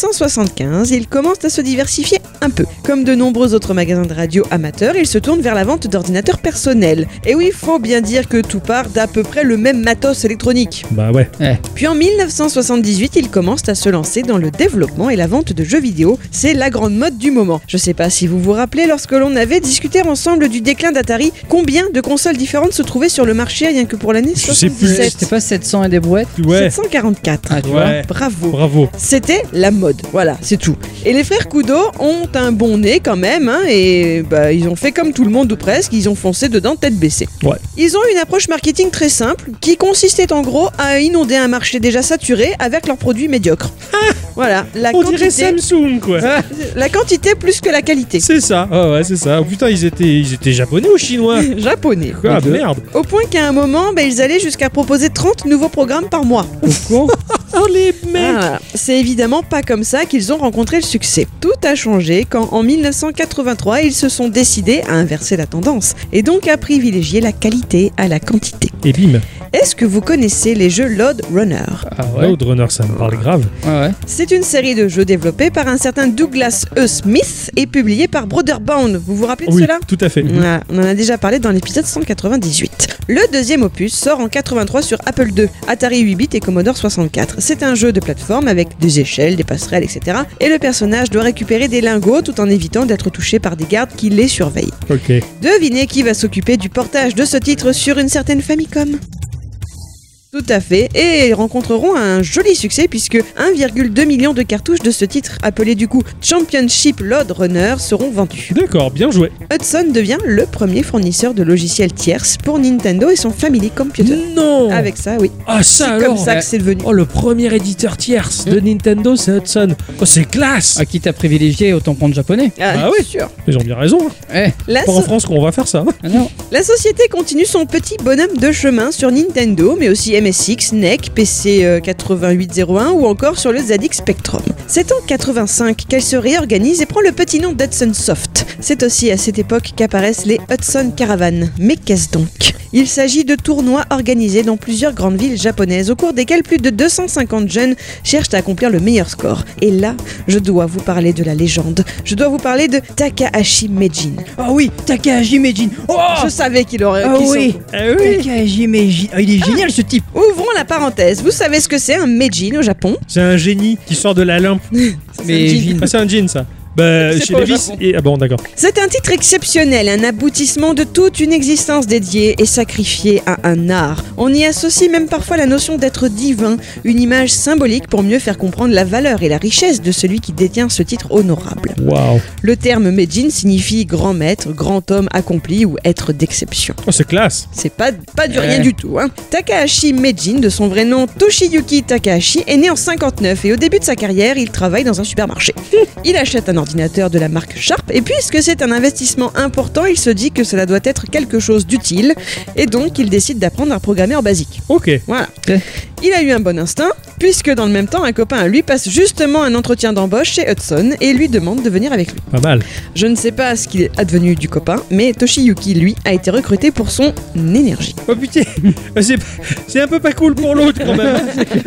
S1: 1975, ils commencent à se diversifier un peu. Comme de nombreux autres magasins de radio amateurs, ils se tournent vers la vente d'ordinateurs personnels. Et oui, il faut bien dire que tout part d'à peu près le même matos électronique.
S2: Bah ouais.
S1: Puis en 1978, ils commencent à se lancer dans le développement et la vente de jeux vidéo. C'est la grande mode du moment. Je sais pas si vous vous rappelez, lorsque l'on avait discuté ensemble du déclin d'Atari, combien de consoles différentes se trouvaient sur le marché rien que pour l'année
S2: Je sais plus.
S1: 77
S3: C'était pas 700 et des brouettes
S2: Ouais.
S1: 744.
S3: Ah, tu vois.
S2: Ouais.
S1: Bravo.
S2: Bravo.
S1: C'était la mode, voilà, c'est tout. Et les frères Kudo ont un bon nez quand même, hein, et bah, ils ont fait comme tout le monde ou presque, ils ont foncé dedans tête baissée.
S2: Ouais.
S1: Ils ont une approche marketing très simple, qui consistait en gros à inonder un marché déjà saturé avec leurs produits
S2: [LAUGHS]
S1: médiocres. voilà, la
S2: On dirait
S1: quantité,
S2: Samsung quoi.
S1: la quantité plus que la
S2: [LAUGHS]
S1: qualité.
S2: C'est ça. Ah ouais, c'est ça. Oh, putain, ils étaient, ils étaient japonais ou chinois
S1: Japonais.
S2: Quoi,
S3: Les deux.
S2: merde.
S1: Au point qu'à un moment, bah, ils allaient jusqu'à proposer 30 nouveaux programmes par mois.
S2: Oh les mecs.
S1: Ah, c'est évidemment pas comme ça qu'ils ont rencontré le succès. Tout a changé quand en 1983 ils se sont décidés à inverser la tendance et donc à privilégier la qualité à la quantité.
S2: Et bim.
S1: Est-ce que vous connaissez les jeux Lord Runner
S3: Ah ouais.
S2: Load Runner, ça me parle grave.
S3: Ouais, ouais.
S1: C'est une série de jeux développés par un certain Douglas E. Smith et publiée par Brotherbound. Vous vous rappelez de
S2: Oui,
S1: cela
S2: tout à fait.
S1: Voilà, on en a déjà parlé dans l'épisode 198. Le deuxième opus sort en 83 sur Apple II, Atari 8 bits et Commodore 64. C'est un jeu de plateforme avec des échelles, des passerelles, etc. Et le personnage doit récupérer des lingots tout en évitant d'être touché par des gardes qui les surveillent.
S2: Ok.
S1: Devinez qui va s'occuper du portage de ce titre sur une certaine Famicom tout à fait, et ils rencontreront un joli succès puisque 1,2 million de cartouches de ce titre, appelé du coup Championship Lord Runner, seront vendues.
S2: D'accord, bien joué.
S1: Hudson devient le premier fournisseur de logiciels tierces pour Nintendo et son Family Computer.
S2: Non
S1: Avec ça, oui.
S2: Mmh. Ah ça
S1: Comme
S2: alors
S1: ça Hmm. que c'est devenu.
S2: Oh le premier éditeur tierce de Nintendo c'est Hudson. Oh c'est classe
S3: Ah, quitte à privilégier, autant prendre japonais.
S2: Ah oui.
S1: sûr.
S2: Ils ont bien raison. hein.
S3: Eh,
S1: La,
S2: Pas en
S1: so-
S2: France qu'on va faire ça.
S3: ah non.
S1: la société continue son petit bonhomme de chemin sur Nintendo, mais aussi MSX, NEC, PC euh, 8801 ou encore sur le ZX Spectrum. C'est en 85 qu'elle se réorganise et prend le petit nom d'Hudson Soft. C'est aussi à cette époque qu'apparaissent les Hudson Caravan. Mais qu'est-ce donc Il s'agit de tournois organisés dans plusieurs grandes villes japonaises au cours desquels plus de 250 jeunes cherchent à accomplir le meilleur score. Et là, je dois vous parler de la légende. Je dois vous parler de Takahashi Meijin.
S3: Ah oui, Takahashi Meijin. Oh,
S1: Je savais qu'il aurait.
S3: ah
S1: qu'il
S3: oui.
S1: s'en-
S3: Takahashi Meijin. Eh. Ah, il est génial ce type.
S1: Ouvrons la parenthèse. Vous savez ce que c'est un Meijin au Japon
S2: C'est un génie qui sort de la lampe.
S1: Ça, c'est
S3: Mais
S1: un jean.
S3: Jin.
S2: Ah c'est un jean ça. Bah
S1: Hmm. C'est
S2: chez
S1: pas au
S2: Davis
S1: Japon.
S2: et ah bon d'accord.
S1: C'est un titre exceptionnel, un aboutissement de toute une existence dédiée et sacrifiée à un art. On y associe même parfois la notion d'être divin, une image symbolique pour mieux faire comprendre la valeur et la richesse de celui qui détient ce titre honorable.
S2: Waouh.
S1: Le terme Meijin signifie grand maître, grand homme accompli ou être d'exception.
S2: Oh c'est classe.
S1: C'est pas, pas du
S3: Ouais.
S1: rien du tout. Hein. Takahashi Meijin, de son vrai nom Toshiyuki Takahashi, est né en 59 et au début de sa carrière, il travaille dans un supermarché. il achète un ordinateur de la marque Sharp et puisque c'est un investissement important, il se dit que cela doit être quelque chose d'utile et donc il décide d'apprendre à programmer en basique.
S2: Ok.
S1: Voilà.
S3: Ouais.
S1: Il a eu un bon instinct, puisque dans le même temps, un copain à lui passe justement un entretien d'embauche chez Hudson et lui demande de venir avec lui.
S2: Pas mal.
S1: Je ne sais pas ce qu'il est advenu du copain, mais Toshiyuki, lui, a été recruté pour son énergie.
S2: Oh putain, [LAUGHS] c'est, c'est un peu pas cool pour l'autre quand même.
S1: [LAUGHS]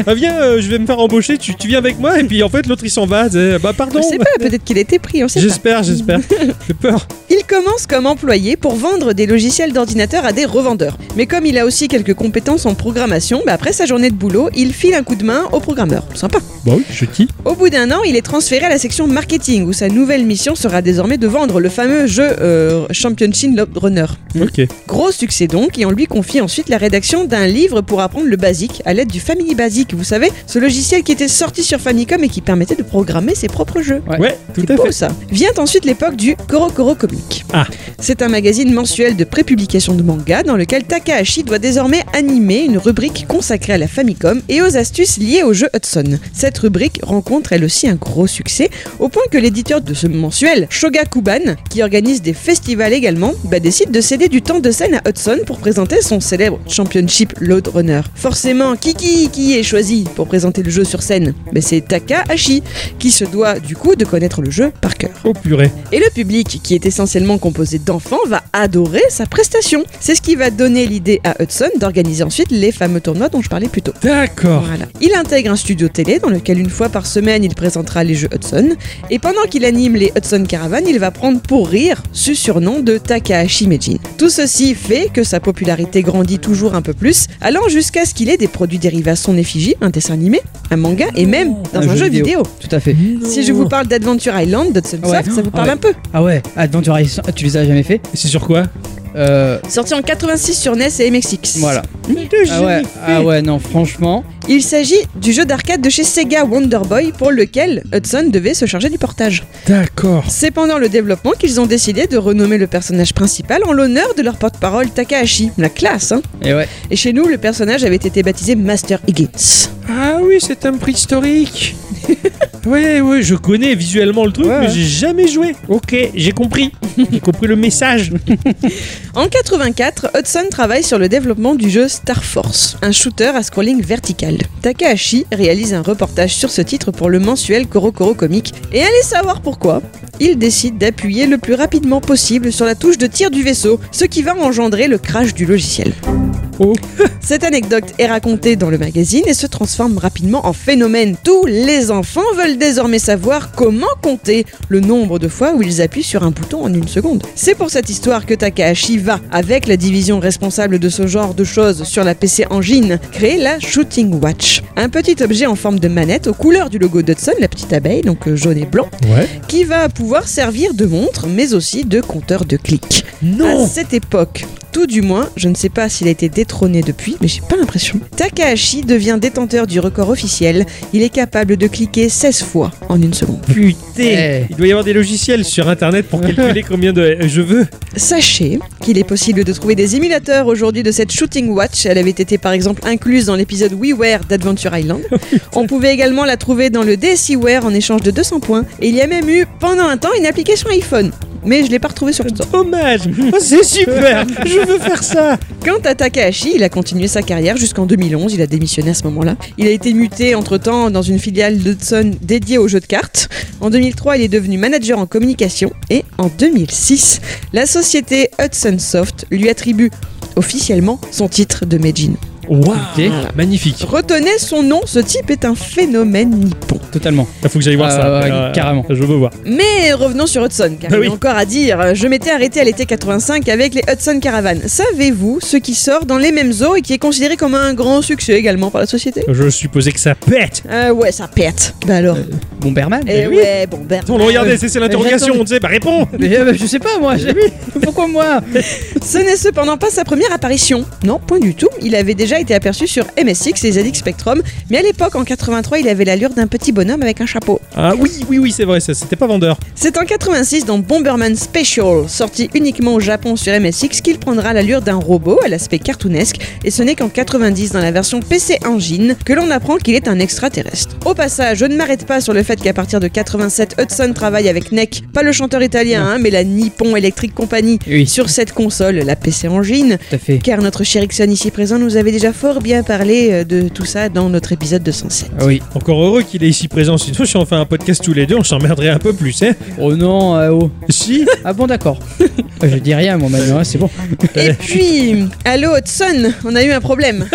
S2: Ah, viens, euh, je vais me faire embaucher, tu, tu viens avec moi, et puis en fait l'autre il s'en va. c'est- Bah
S1: Je
S2: pardon.
S1: sais pas, peut-être qu'il était pris, on sait pas.
S2: J'espère, j'espère.
S1: [LAUGHS]
S2: J'ai peur.
S1: Il commence comme employé pour vendre des logiciels d'ordinateur à des revendeurs. Mais comme il a aussi quelques compétences en programmation, bah après sa journée de boulot, il file un coup de main aux programmeurs. Sympa.
S2: Bah oui, je kiffe.
S1: Au bout d'un an, il est transféré à la section marketing où sa nouvelle mission sera désormais de vendre le fameux jeu euh, Championship Lop Runner.
S2: Ok.
S1: Gros succès donc, et on lui confie ensuite la rédaction d'un livre pour apprendre le basique à l'aide du Family Basic. Vous savez, ce logiciel qui était sorti sur Famicom et qui permettait de programmer ses propres jeux.
S3: Ouais.
S2: Ouais, tout
S1: C'est
S2: à
S1: beau
S2: fait.
S1: ça. Vient ensuite l'époque du Korokoro Comic.
S2: Ah.
S1: C'est un magazine mensuel de prépublication de manga dans lequel Takahashi doit désormais animer une rubrique consacrée à la Famicom et aux astuces liées au jeu Hudson. Cette rubrique rencontre elle aussi un gros succès, au point que l'éditeur de ce mensuel, Shogakuban, qui organise des festivals également, bah, décide de céder du temps de scène à Hudson pour présenter son célèbre Championship Load Runner. Forcément, Kiki qui est choisi pour présenter le jeu sur scène Mais C'est Takahashi, qui se doit du coup de connaître le jeu par cœur.
S2: Oh purée.
S1: Et le public, qui est essentiellement composé d'enfants, va adorer sa prestation. C'est ce qui va donner l'idée à Hudson d'organiser ensuite les fameux tournois dont je parlais plus tôt.
S2: D'accord.
S1: Voilà. Il intègre un studio télé dans lequel une fois par semaine il présentera les jeux Hudson. Et pendant qu'il anime les Hudson Caravan, il va prendre pour rire ce surnom de Takahashi Meijin. Tout ceci fait que sa popularité grandit toujours un peu plus, allant jusqu'à ce qu'il ait des produits dérivés à son effigie, un dessin animé, un manga et même dans un, jeu vidéo.
S3: Tout à fait.
S2: Mmh.
S1: Si je vous parle d'Adventure Island d'Hudson
S3: Ouais.
S1: Soft, ça vous parle
S3: Ouais.
S1: un peu
S3: Ah ouais, Adventure Island, tu les as jamais fait
S2: C'est sur quoi
S3: Euh,
S1: Sorti en 86 sur NES et MXX.
S3: Voilà. Ah ouais, ah ouais, non, franchement.
S1: Il s'agit du jeu d'arcade de chez Sega Wonder Boy pour lequel Hudson devait se charger du portage.
S2: D'accord.
S1: C'est pendant le développement qu'ils ont décidé de renommer le personnage principal en l'honneur de leur porte-parole Takahashi. La classe, hein
S3: Et ouais.
S1: Et chez nous, le personnage avait été baptisé Master Higgins.
S2: Ah oui, c'est un prix [LAUGHS] historique. ouais, ouais, je connais visuellement le truc,
S3: Ouais,
S2: mais
S3: ouais.
S2: j'ai jamais joué. Ok, j'ai compris. J'ai compris le message.
S1: En 84, Hudson travaille sur le développement du jeu Star Force, un shooter à scrolling vertical. Takahashi réalise un reportage sur ce titre pour le mensuel Korokoro Comic et allez savoir pourquoi. Il décide d'appuyer le plus rapidement possible sur la touche de tir du vaisseau, ce qui va engendrer le crash du logiciel.
S2: Oh.
S1: Cette anecdote est racontée dans le magazine et se transforme rapidement en phénomène. Tous les enfants veulent désormais savoir comment compter le nombre de fois où ils appuient sur un bouton en une seconde. C'est pour cette histoire que Takahashi va, avec la division responsable de ce genre de choses sur la PC Engine, créer la Shooting Watch. Un petit objet en forme de manette aux couleurs du logo d'Hudson, la petite abeille, donc euh, jaune et blanc,
S2: Ouais.
S1: qui va pouvoir servir de montre mais aussi de compteur de clics. À
S3: Ah,
S2: Non.
S1: cette époque, tout du moins, je ne sais pas s'il a été détrôné depuis, mais j'ai pas l'impression. Takahashi devient détenteur du record officiel. Il est capable de cliquer 16 fois en une seconde.
S2: Putain.
S3: Eh.
S2: Il doit y avoir des logiciels sur internet pour [LAUGHS] calculer combien de euh, je veux.
S1: Sachez qu'il est possible de trouver des émulateurs aujourd'hui de cette Shooting Watch. Elle avait été par exemple incluse dans l'épisode WiiWare d'Adventure Island. On pouvait également la trouver dans le DSiWare en échange de 200 points. Et il y a même eu pendant un temps une application iPhone. Mais je l'ai pas retrouvée sur Store.
S2: Dommage. Oh, c'est super. je veux faire ça.
S1: Quant à Takahashi, il a continué sa carrière jusqu'en 2011, il a démissionné à ce moment-là. Il a été muté entre-temps dans une filiale d'Hudson dédiée aux jeux de cartes. En 2003, il est devenu manager en communication et en 2006, la société Hudson Soft lui attribue officiellement son titre de Meijin.
S2: Waouh.
S3: Putain.
S2: Magnifique.
S1: Retenez son nom, ce type est un phénomène nippon.
S3: Totalement.
S2: Il faut que j'aille voir
S3: Ah,
S2: ça. Euh,
S3: ouais, carrément.
S2: Je veux voir.
S1: Mais revenons sur Hudson, car
S2: Ah
S1: il
S2: oui.
S1: y a encore à dire. Euh, Je m'étais arrêté à l'été 85 avec les Hudson Caravan. Savez-vous ce qui sort dans les mêmes eaux et qui est considéré comme un grand succès également par la société
S2: Je supposais que ça pète.
S1: euh, ouais, ça pète. Bah alors.
S3: Bomberman
S1: eh
S3: mais oui.
S1: ouais, bon, ben.
S2: On le regardait, c'est c'est l'interrogation,
S3: j'attends.
S2: on disait, bah réponds
S3: Mais, euh, je sais pas moi, j'ai- [LAUGHS] pourquoi moi
S1: Ce n'est cependant pas sa première apparition. Non, point du tout. Il avait déjà été aperçu sur MSX et ZX Spectrum, mais à l'époque, en 83, il avait l'allure d'un petit bonhomme avec un chapeau.
S2: Ah oui, oui, oui, c'est vrai, ça, c'était pas vendeur.
S1: C'est en 86 dans Bomberman Special, sorti uniquement au Japon sur MSX, qu'il prendra l'allure d'un robot à l'aspect cartoonesque, et ce n'est qu'en 90 dans la version PC Engine que l'on apprend qu'il est un extraterrestre. Au passage, je ne m'arrête pas sur le fait qu'à partir de 87, Hudson travaille avec NEC, pas le chanteur italien, hein, mais la Nippon Electric Company,
S3: Eh Oui,
S1: sur cette console, la PC Engine,
S3: tout à fait.
S1: car notre cher Ixon ici présent nous avait déjà déjà fort bien parlé euh, de tout ça dans notre épisode 207.
S3: Ah oui.
S2: Encore heureux qu'il est ici présent, sinon si on fait un podcast tous les deux, on s'emmerderait un peu plus, hein
S3: Oh non, euh, oh.
S2: Si
S3: Ah bon, [LAUGHS] d'accord. Je dis rien, mon maintenant, hein, c'est bon. [LAUGHS]
S1: Et puis, allô Hudson, on a eu un problème.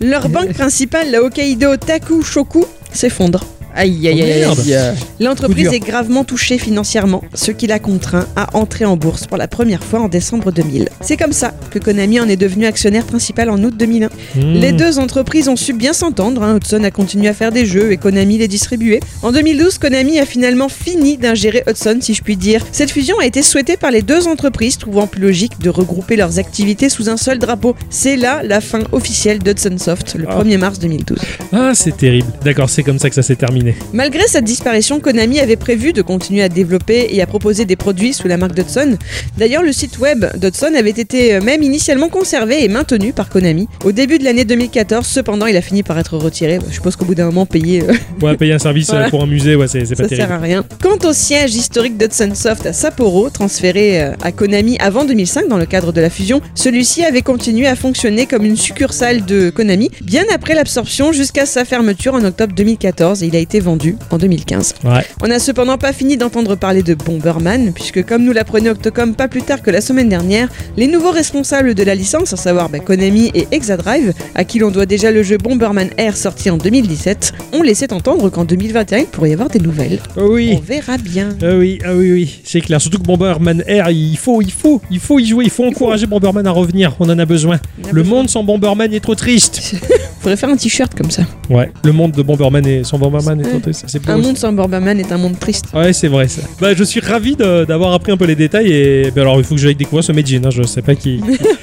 S1: Leur banque principale, la Hokkaido Taku Shoku, s'effondre.
S3: Aïe, aïe,
S2: Oh,
S3: aïe,
S2: merde.
S3: aïe. euh,
S1: L'entreprise
S3: Coup dur.
S1: est gravement touchée financièrement, ce qui l'a contraint à entrer en bourse pour la première fois en décembre 2000. C'est comme ça que Konami en est devenu actionnaire principal en août 2001. Les
S2: Hmm.
S1: deux entreprises ont su bien s'entendre. hein. Hudson a continué à faire des jeux et Konami les distribuait. En 2012, Konami a finalement fini d'ingérer Hudson, si je puis dire. Cette fusion a été souhaitée par les deux entreprises, trouvant plus logique de regrouper leurs activités sous un seul drapeau. C'est là la fin officielle d'Hudson Soft, le
S2: Ah.
S1: 1er mars 2012.
S2: Ah, c'est terrible. D'accord, c'est comme ça que ça s'est terminé.
S1: Malgré cette disparition, Konami avait prévu de continuer à développer et à proposer des produits sous la marque Dodson. D'ailleurs, le site web Dodson avait été euh, même initialement conservé et maintenu par Konami. Au début de l'année 2014, cependant, il a fini par être retiré. Bah, Je suppose qu'au bout d'un moment, payer, euh,
S2: Ouais, payer un service euh,
S1: Voilà.
S2: pour un musée, ouais, c'est c'est pas
S1: ça
S2: terrible.
S1: sert à rien. Quant au siège historique d'Hudson Soft à Sapporo, transféré euh, à Konami avant 2005 dans le cadre de la fusion, celui-ci avait continué à fonctionner comme une succursale de Konami bien après l'absorption jusqu'à sa fermeture en octobre 2014 et il a été vendu en 2015.
S2: Ouais.
S1: On n'a cependant pas fini d'entendre parler de Bomberman, puisque comme nous l'apprenait Octocom pas plus tard que la semaine dernière, les nouveaux responsables de la licence, à savoir bah, Konami et Exadrive, à qui l'on doit déjà le jeu Bomberman Air sorti en 2017, ont laissé entendre qu'en 2021 il pourrait y avoir des nouvelles.
S2: Oh
S1: On
S2: oui.
S1: verra bien.
S2: Ah oui, ah oui, oui, c'est clair. Surtout que Bomberman Air, il faut, il faut, il faut y jouer, il faut encourager Bomberman à revenir. On en a besoin. Le monde sans Bomberman est trop triste.
S1: Faudrait faire un t-shirt comme ça.
S2: Ouais, le monde de Bomberman et sans Bomberman est
S1: Ouais.
S2: trop triste. C'est beau
S1: Un
S2: aussi.
S1: monde sans Bomberman est un monde triste.
S2: Ouais, c'est vrai ça. Bah, je suis ravi de- d'avoir appris un peu les détails et ben alors il faut que j'aille découvrir ce Medjin. hein. Je sais
S1: [LAUGHS]
S2: pas qui,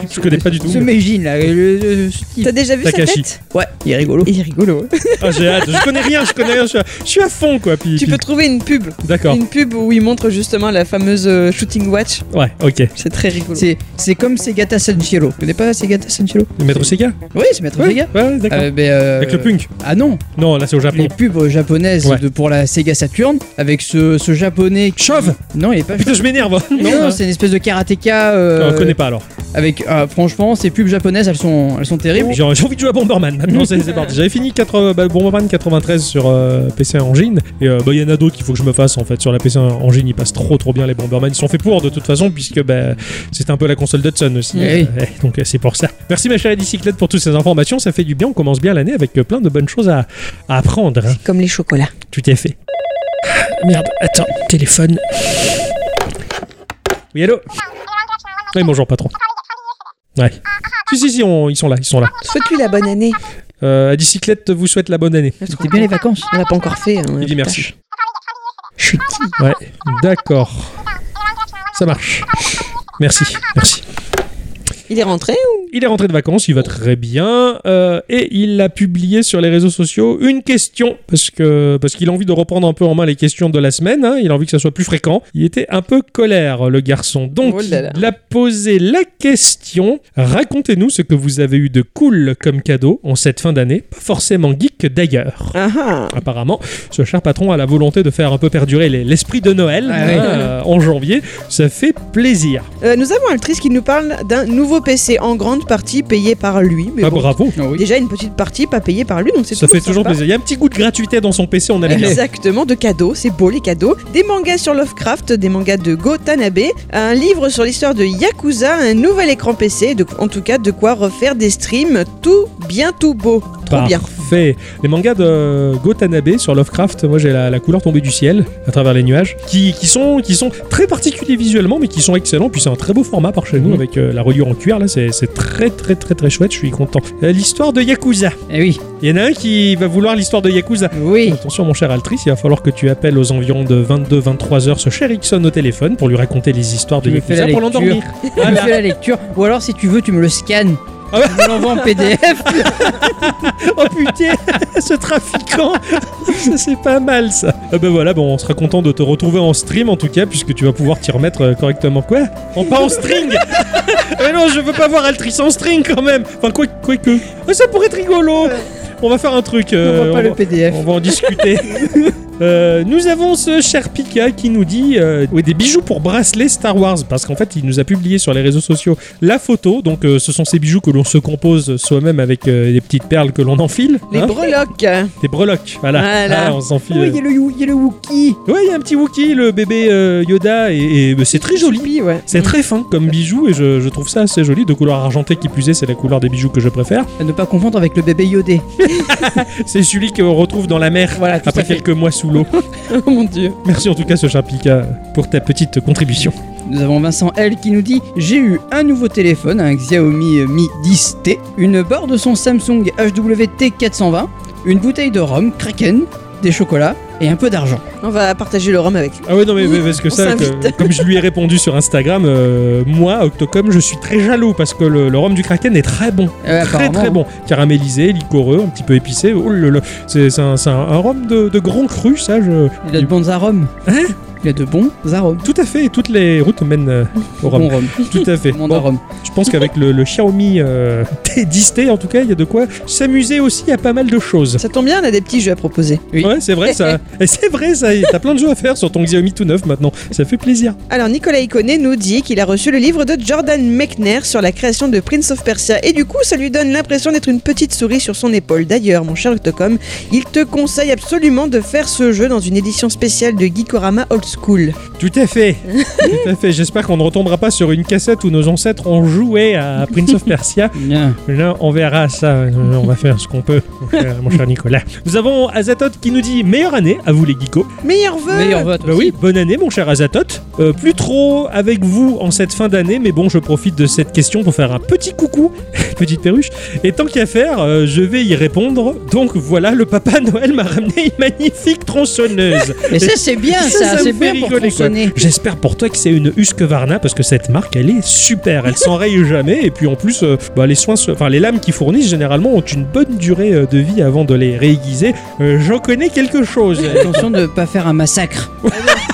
S2: je connais pas du tout.
S3: Ce Meijin, là, le- le- ce type.
S1: T'as déjà vu
S2: Takashi.
S1: sa tête
S3: Ouais, il est rigolo.
S1: Il est rigolo. hein.
S2: Ah, j'ai hâte. Je connais rien, je connais rien. Je suis à, je suis à fond quoi. Puis,
S1: tu
S2: puis-
S1: peux trouver une pub.
S2: D'accord.
S1: Une pub où il montre justement la fameuse euh, Shooting Watch.
S2: Ouais, ok.
S1: C'est très rigolo.
S3: [LAUGHS] C'est c'est comme Segata Sanchiro. Vous connaissez pas Segata Sanchiro
S2: Maître Sega.
S3: Oui, c'est Maître
S2: Ouais,
S3: Sega.
S2: ouais, d'accord.
S3: Euh, ben, euh,
S2: Avec le punk.
S3: Ah non,
S2: Non, là c'est au Japon.
S3: les pubs japonaises
S2: Ouais.
S3: de, pour la Sega Saturn avec ce, ce japonais. qui-
S2: Chauve
S3: Non, il est pas.
S2: Putain, je m'énerve. hein.
S3: Non, non, c'est une espèce de karatéka.
S2: On
S3: euh,
S2: connaît pas alors.
S3: Avec, ah, franchement, ces pubs japonaises, elles sont, elles sont terribles.
S2: J'ai j'ai envie de jouer à Bomberman maintenant, c'est c'est parti. J'avais fini 80, bah, Bomberman 93 sur euh, PC Engine, et euh, bah, il y en a d'autres qu'il faut que je me fasse en fait. Sur la PC Engine, ils passent trop trop bien les Bomberman. Ils sont faits pour de toute façon, puisque bah, c'est un peu la console d'Hudson aussi. [LAUGHS]
S3: Oui.
S2: ouais, donc euh, c'est pour ça. Merci ma chère bicyclette pour toutes ces informations, ça fait du bien, on commence bien l'année avec euh, plein de bonnes choses à, à apprendre. hein.
S1: Comme les chocolats.
S2: Tout à fait. Ah, Merde, attends, téléphone. Oui, allô Oui, bonjour patron. Ouais. Si, si, si, on- ils sont là, ils sont là.
S1: Souhaite-lui la bonne année.
S2: Euh, à Dicyclette vous souhaite la bonne année.
S3: C'était bien les vacances.
S1: On l'a pas encore fait. hein,
S2: Il dit
S1: putain.
S2: merci.
S1: Je suis
S2: Ouais, d'accord. Ça marche. Merci, merci.
S1: Il est rentré
S2: Il est rentré de vacances, il va très bien, euh, et il a publié sur les réseaux sociaux une question, parce que parce qu'il a envie de reprendre un peu en main les questions de la semaine, hein, il a envie que ça soit plus fréquent. Il était un peu colère, le garçon. Donc,
S1: Oh là là.
S2: il a posé la question, racontez-nous ce que vous avez eu de cool comme cadeau en cette fin d'année, pas forcément geek d'ailleurs.
S1: Ah ah
S2: Apparemment, ce cher patron a la volonté de faire un peu perdurer les- l'esprit de Noël
S3: Ah ouais.
S2: hein, euh, en janvier. Ça fait plaisir.
S1: Euh, Nous avons un triste qui nous parle d'un nouveau PC en grande partie payé par lui. Mais
S2: Ah,
S1: bon,
S2: bravo.
S3: Ah oui.
S1: Déjà une petite partie pas payée par lui, donc c'est
S2: Ça fait toujours
S1: sympa.
S2: plaisir. Eh. Il y a un petit goût de gratuité dans son PC, on aime bien.
S1: Exactement, de cadeaux, c'est beau les cadeaux. Des mangas sur Lovecraft, des mangas de Go Tanabe, un livre sur l'histoire de Yakuza, un nouvel écran PC, de- en tout cas de quoi refaire des streams, tout bien, tout beau. Trop bien.
S2: Parfait. Les mangas de Gotanabe sur Lovecraft, moi j'ai la, la couleur tombée du ciel à travers les nuages, qui, qui, sont, qui sont très particuliers visuellement, mais qui sont excellents. Puis c'est un très beau format par chez nous
S3: Mhm.
S2: avec euh, la reliure en cuir. Là, c'est c'est très très très très chouette. Je suis content. Euh, L'histoire de Yakuza.
S3: Eh oui,
S2: Il y en a un qui va vouloir l'histoire de Yakuza.
S3: oui.
S2: Attention mon cher Altrice, il va falloir que tu appelles aux environs de 22-23 heures ce cher Ixon au téléphone pour lui raconter les histoires de
S3: Tu me fais
S2: Yakuza
S3: la
S2: pour
S3: lecture.
S2: l'endormir.
S3: Tu me fais la lecture. Ou alors, si tu veux, tu me le scannes.
S2: Ah ouais.
S3: Tu me l'envoies en PDF.
S2: [LAUGHS] oh putain, [LAUGHS] ce trafiquant Ça, C'est pas mal ça Ah ben voilà, bon, on sera content de te retrouver en stream en tout cas, puisque tu vas pouvoir t'y remettre euh, correctement. Quoi En pas en string [LAUGHS] Mais non, je veux pas voir Altrice en string quand même Enfin, quoi, quoi que... Ah, ça pourrait être rigolo On va faire un truc.
S3: Tu
S2: euh,
S3: m'envoies
S2: on va-
S3: pas le PDF. [LAUGHS]
S2: On va en discuter. Euh, nous avons ce cher Pika qui nous dit euh, ouais, des bijoux pour bracelet Star Wars parce qu'en fait il nous a publié sur les réseaux sociaux la photo donc euh, ce sont ces bijoux que l'on se compose soi-même avec euh, des petites perles que l'on enfile
S1: Les
S2: hein,
S1: breloques.
S2: des breloques voilà,
S1: Voilà.
S2: Ah, on s'enfile
S3: Oui, Oh, il y a le You- il y a le Wookie.
S2: ouais il y a un petit Wookie le bébé euh, Yoda et, et, bah, c'est très joli
S1: ouais.
S2: c'est très fin comme bijou et je, je trouve ça assez joli de couleur argentée qui plus est c'est la couleur des bijoux que je préfère
S3: À ne pas confondre avec le bébé Yodé.
S2: c'est celui qu'on retrouve dans la mer
S3: Voilà, tout
S2: après
S3: à fait.
S2: quelques mois sous l'eau
S1: Oh mon dieu.
S2: merci en tout cas ce cher Pika pour ta petite contribution
S3: Nous avons Vincent L qui nous dit J'ai eu un nouveau téléphone, un Xiaomi Mi 10T, une barre de son Samsung HWT420, une bouteille de rhum Kraken, des chocolats et un peu d'argent.
S1: On va partager le rhum avec lui.
S2: Ah ouais non mais, mais parce que
S1: On
S2: ça, que-
S1: s'invite.
S2: comme je lui ai répondu sur Instagram, euh, moi Octocom, je suis très jaloux parce que le, le rhum du Kraken est très bon,
S3: Euh,
S2: très
S3: apparemment,
S2: très bon, caramélisé, liquoreux, un petit peu épicé. Oh là là, c'est c'est un, c'est un- un rhum de, de grand cru, ça. Je...
S3: Il a de bons arômes.
S2: Hein
S3: Il a de bons arômes.
S2: Tout à fait, toutes les routes mènent euh, au rhum.
S3: Bon rhum.
S2: Tout à fait.
S3: Bon
S2: Bon,
S3: arôme.
S2: je pense qu'avec le, le Xiaomi euh, [LAUGHS] T10T, en tout cas, il y a de quoi s'amuser aussi à pas mal de choses.
S1: Ça tombe bien, on a des petits jeux à proposer.
S3: Oui.
S2: Ouais, c'est vrai [LAUGHS] ça. Et c'est vrai ça. T'as plein de jeux à faire sur ton Xiaomi tout neuf maintenant. Ça fait plaisir.
S1: Alors Nicolas Iconé nous dit qu'il a reçu le livre de Jordan Mechner sur la création de Prince of Persia et du coup ça lui donne l'impression d'être une petite souris sur son épaule. D'ailleurs mon cher Octocom, il te conseille absolument de faire ce jeu dans une édition spéciale de Geekorama Old School.
S2: Tout à fait. Tout à fait. J'espère qu'on ne retombera pas sur une cassette où nos ancêtres ont joué à Prince of Persia.
S3: Bien.
S2: Là, on verra ça. Euh, On va faire ce qu'on peut, mon cher, mon cher Nicolas. Nous avons Azatoth qui nous dit meilleure année à vous les geekos.
S1: Meilleur vœu
S3: Meilleur vote.
S2: Bah oui, bonne année, mon cher Azatoth. Euh, plus trop avec vous en cette fin d'année, mais bon, je profite de cette question pour faire un petit coucou, [LAUGHS] petite perruche. Et tant qu'à faire, euh, je vais y répondre. Donc voilà, le Papa Noël m'a ramené une magnifique tronçonneuse.
S3: Et ça, c'est bien,
S2: Ça,
S3: [LAUGHS] ça.
S2: ça me
S3: c'est
S2: fait
S3: bien pour
S2: rigoler, quoi. [LAUGHS]
S3: fonctionner.
S2: J'espère pour toi que c'est une Husqvarna parce que cette marque elle est super, elle s'enraye [LAUGHS] jamais et puis en plus euh, bah, les soins, se- enfin les lames qu'ils fournissent généralement ont une bonne durée euh, de vie avant de les réaiguiser. Euh, J'en connais quelque chose.
S3: Attention de ne pas faire un massacre.
S2: [LAUGHS]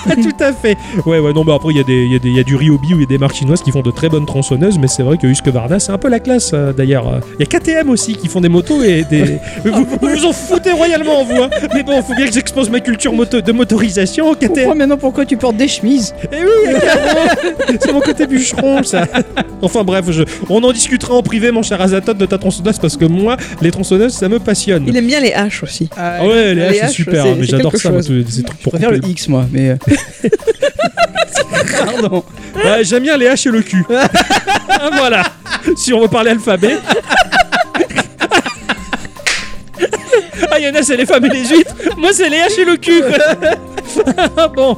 S2: Tout à fait. Ouais ouais non bah après il y, a des- il y a des- il y a du Ryobi ou il y a des marques chinoises qui font de très bonnes tronçonneuses mais c'est vrai que Husqvarna c'est un peu la classe euh, d'ailleurs. Euh, Il y a KTM aussi qui font des motos et des vous, vous vous en foutez royalement vous. hein. Mais bon faut bien que j'expose ma culture moto de motorisation
S3: Je
S2: KTM.
S3: comprends maintenant pourquoi tu portes des chemises.
S2: Eh oui, carrément. c'est mon côté bûcheron, ça. Enfin bref, je- on en discutera en privé, mon cher Azatoth, de ta tronçonneuse, parce que moi, les tronçonneuses, ça me passionne.
S1: Il aime bien les haches aussi.
S2: Ah ouais, les
S1: les
S2: haches, c'est
S1: haches,
S2: super,
S1: c'est-
S2: hein, mais
S1: c'est
S2: j'adore
S1: quelque
S2: ça, moi,
S1: chose.
S2: tous les- ces trucs
S3: Je
S2: pour
S3: préfère
S2: couper
S3: le X, moi,
S2: [LAUGHS]
S3: mais. euh, Pardon.
S2: le- Ouais, Euh, J'aime bien les haches et le cul. Ah, [LAUGHS] voilà, si on veut parler alphabet. Ah, il y en a, c'est les femmes et les huîtres. Moi, c'est les haches et le cul. quoi. Ah, [LAUGHS] bon.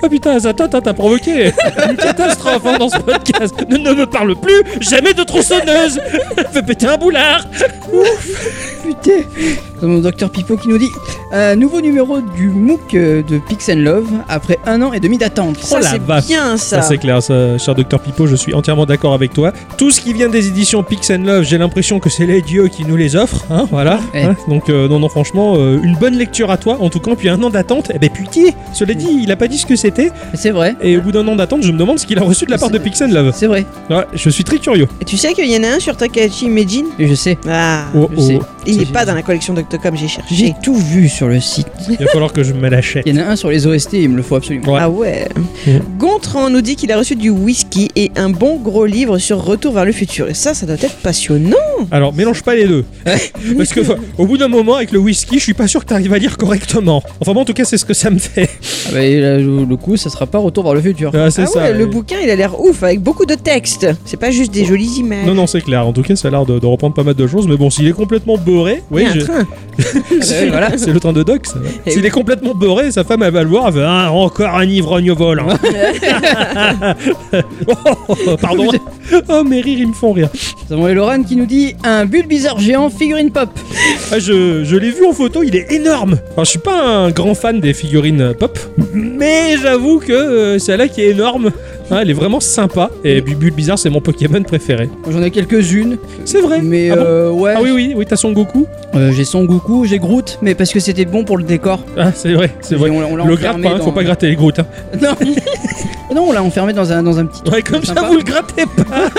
S2: Oh putain, Azatoth, hein, t'as provoqué une catastrophe hein, dans ce podcast. Ne, ne me parle plus, jamais de tronçonneuse. Fais péter un boulard.
S3: Putain Nous avons Docteur Pipo qui nous dit euh, Nouveau numéro du MOOC euh, de Pix and Love après un an et demi d'attente.
S2: Oh
S1: Ça
S2: la
S1: c'est
S2: vache.
S1: bien
S2: Ça,
S1: ça.
S2: c'est clair, ça, cher docteur Pipo, je suis entièrement d'accord avec toi. Tout ce qui vient des éditions Pix and Love, j'ai l'impression que c'est les dieux qui nous les offrent, hein, voilà.
S3: Ouais.
S2: Hein, donc euh, non, non, franchement, euh, une bonne lecture à toi, en tout cas, puis un an d'attente. Eh ben putain, cela dit, il a pas dit ce que c'était,
S3: C'est vrai,
S2: et au bout d'un an d'attente, je me demande ce qu'il a reçu de la part de Pix and Love.
S3: c'est vrai.
S2: Ouais, je suis très curieux.
S1: Et tu sais qu'il y en a un sur Takahashi Imagine
S3: Et je sais.
S1: Ah,
S2: Oh,
S3: je
S2: oh,
S3: sais.
S1: il
S3: ça,
S1: n'est
S3: j'ai-
S1: pas dans la collection d'Octocom, j'ai cherché.
S3: J'ai tout vu sur le site.
S2: il va falloir que je me l'achète.
S3: [LAUGHS] Il y en a un sur les OST, il me le faut absolument.
S2: Ouais.
S1: Ah ouais.
S2: Ouais.
S1: Gontran nous dit qu'il a reçu du whisky et un bon gros livre sur Retour vers le futur. Et ça, ça doit être passionnant.
S2: Alors, mélange pas les deux. Parce que, au bout d'un moment, avec le whisky, je suis pas sûr que t'arrives à lire correctement. Enfin bon, en tout cas, c'est ce que ça me fait.
S3: Ah bah, et là, le le coup, ça sera pas retour vers le futur. [LAUGHS]
S2: Ah, c'est
S1: Ah
S2: ça.
S1: ouais, le
S2: et-
S1: bouquin, il a l'air ouf avec beaucoup de textes. C'est pas juste des jolies images.
S2: Non, non, c'est clair. En tout cas, ça a l'air de, de reprendre pas mal de choses. Mais bon, s'il est complètement beurré,
S1: Il
S2: oui,
S1: y a un
S2: je-
S1: train.
S3: Ah bah,
S2: [LAUGHS]
S3: voilà.
S2: c'est le train de Doc. ça.
S1: Eh
S2: S'il
S1: oui.
S2: est complètement beurré, sa femme, elle va le voir. Elle fait Ah, encore un ivrogne au vol. hein. Oh, oh, [LAUGHS] oh,
S1: [LAUGHS]
S2: pardon. Oh, mes rires, ils me font rire.
S3: Nous avons Eloran qui nous dit Un bulle bizarre géant figurine pop.
S2: Ah, je je l'ai vu en photo, il est énorme. Enfin, je suis pas un grand fan des figurines euh, pop, mais j'avoue que euh, celle-là qui est énorme, hein, elle est vraiment sympa.
S1: Mm.
S2: Et Bubule Bizarre, c'est mon Pokémon préféré.
S3: Moi, J'en ai quelques-unes.
S2: C'est vrai.
S3: Mais
S2: ah, bon
S3: euh, ouais,
S2: Ah oui, oui, oui, t'as son Goku.
S3: Euh, j'ai Son Goku, j'ai Groot, mais parce que c'était bon pour le décor.
S2: Ah, c'est vrai, c'est vrai.
S3: Et on l'a- on l'a
S2: Le gratte
S3: enfermé
S2: pas, hein, faut
S3: dans-
S2: pas gratter les grottes. hein.
S3: [LAUGHS] Non, [LAUGHS] non on l'a enfermé dans un, dans un petit
S2: Ouais, comme ça,
S3: Sympa.
S2: vous le grattez pas.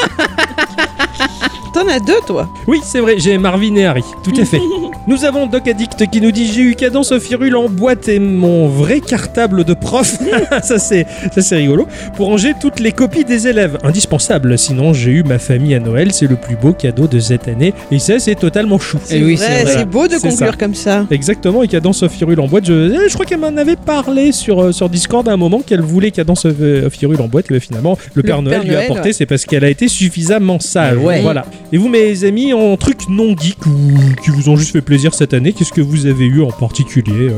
S1: T'en as deux, toi
S2: Oui, c'est vrai, j'ai Marvin et Harry, tout à
S3: [LAUGHS]
S2: fait. Nous avons Doc Addict qui nous dit J'ai eu cadence au firule en boîte et mon vrai cartable de prof. [LAUGHS] ça, c'est, ça, c'est rigolo. Pour ranger toutes les copies des élèves. Indispensable, sinon j'ai eu ma famille à Noël, c'est le plus beau cadeau de cette année. Et ça, c'est totalement chou.
S3: Eh oui,
S1: Ouais,
S3: c'est vrai.
S1: c'est beau de
S2: C'est ça.
S1: conclure comme ça.
S2: Exactement, et Cadence of Hyrule en boîte. Je, eh, je crois qu'elle m'en avait parlé sur, euh, sur Discord à un moment qu'elle voulait Cadence of, euh, of Hyrule en boîte, et bien finalement, le Père Noël
S1: Père
S2: lui a
S1: Noël,
S2: apporté,
S1: ouais.
S2: c'est parce qu'elle a été suffisamment sage.
S3: Ah ouais.
S2: Voilà. Et vous, mes amis, en truc non geek ou qui vous ont juste fait plaisir cette année, qu'est-ce que vous avez eu en particulier euh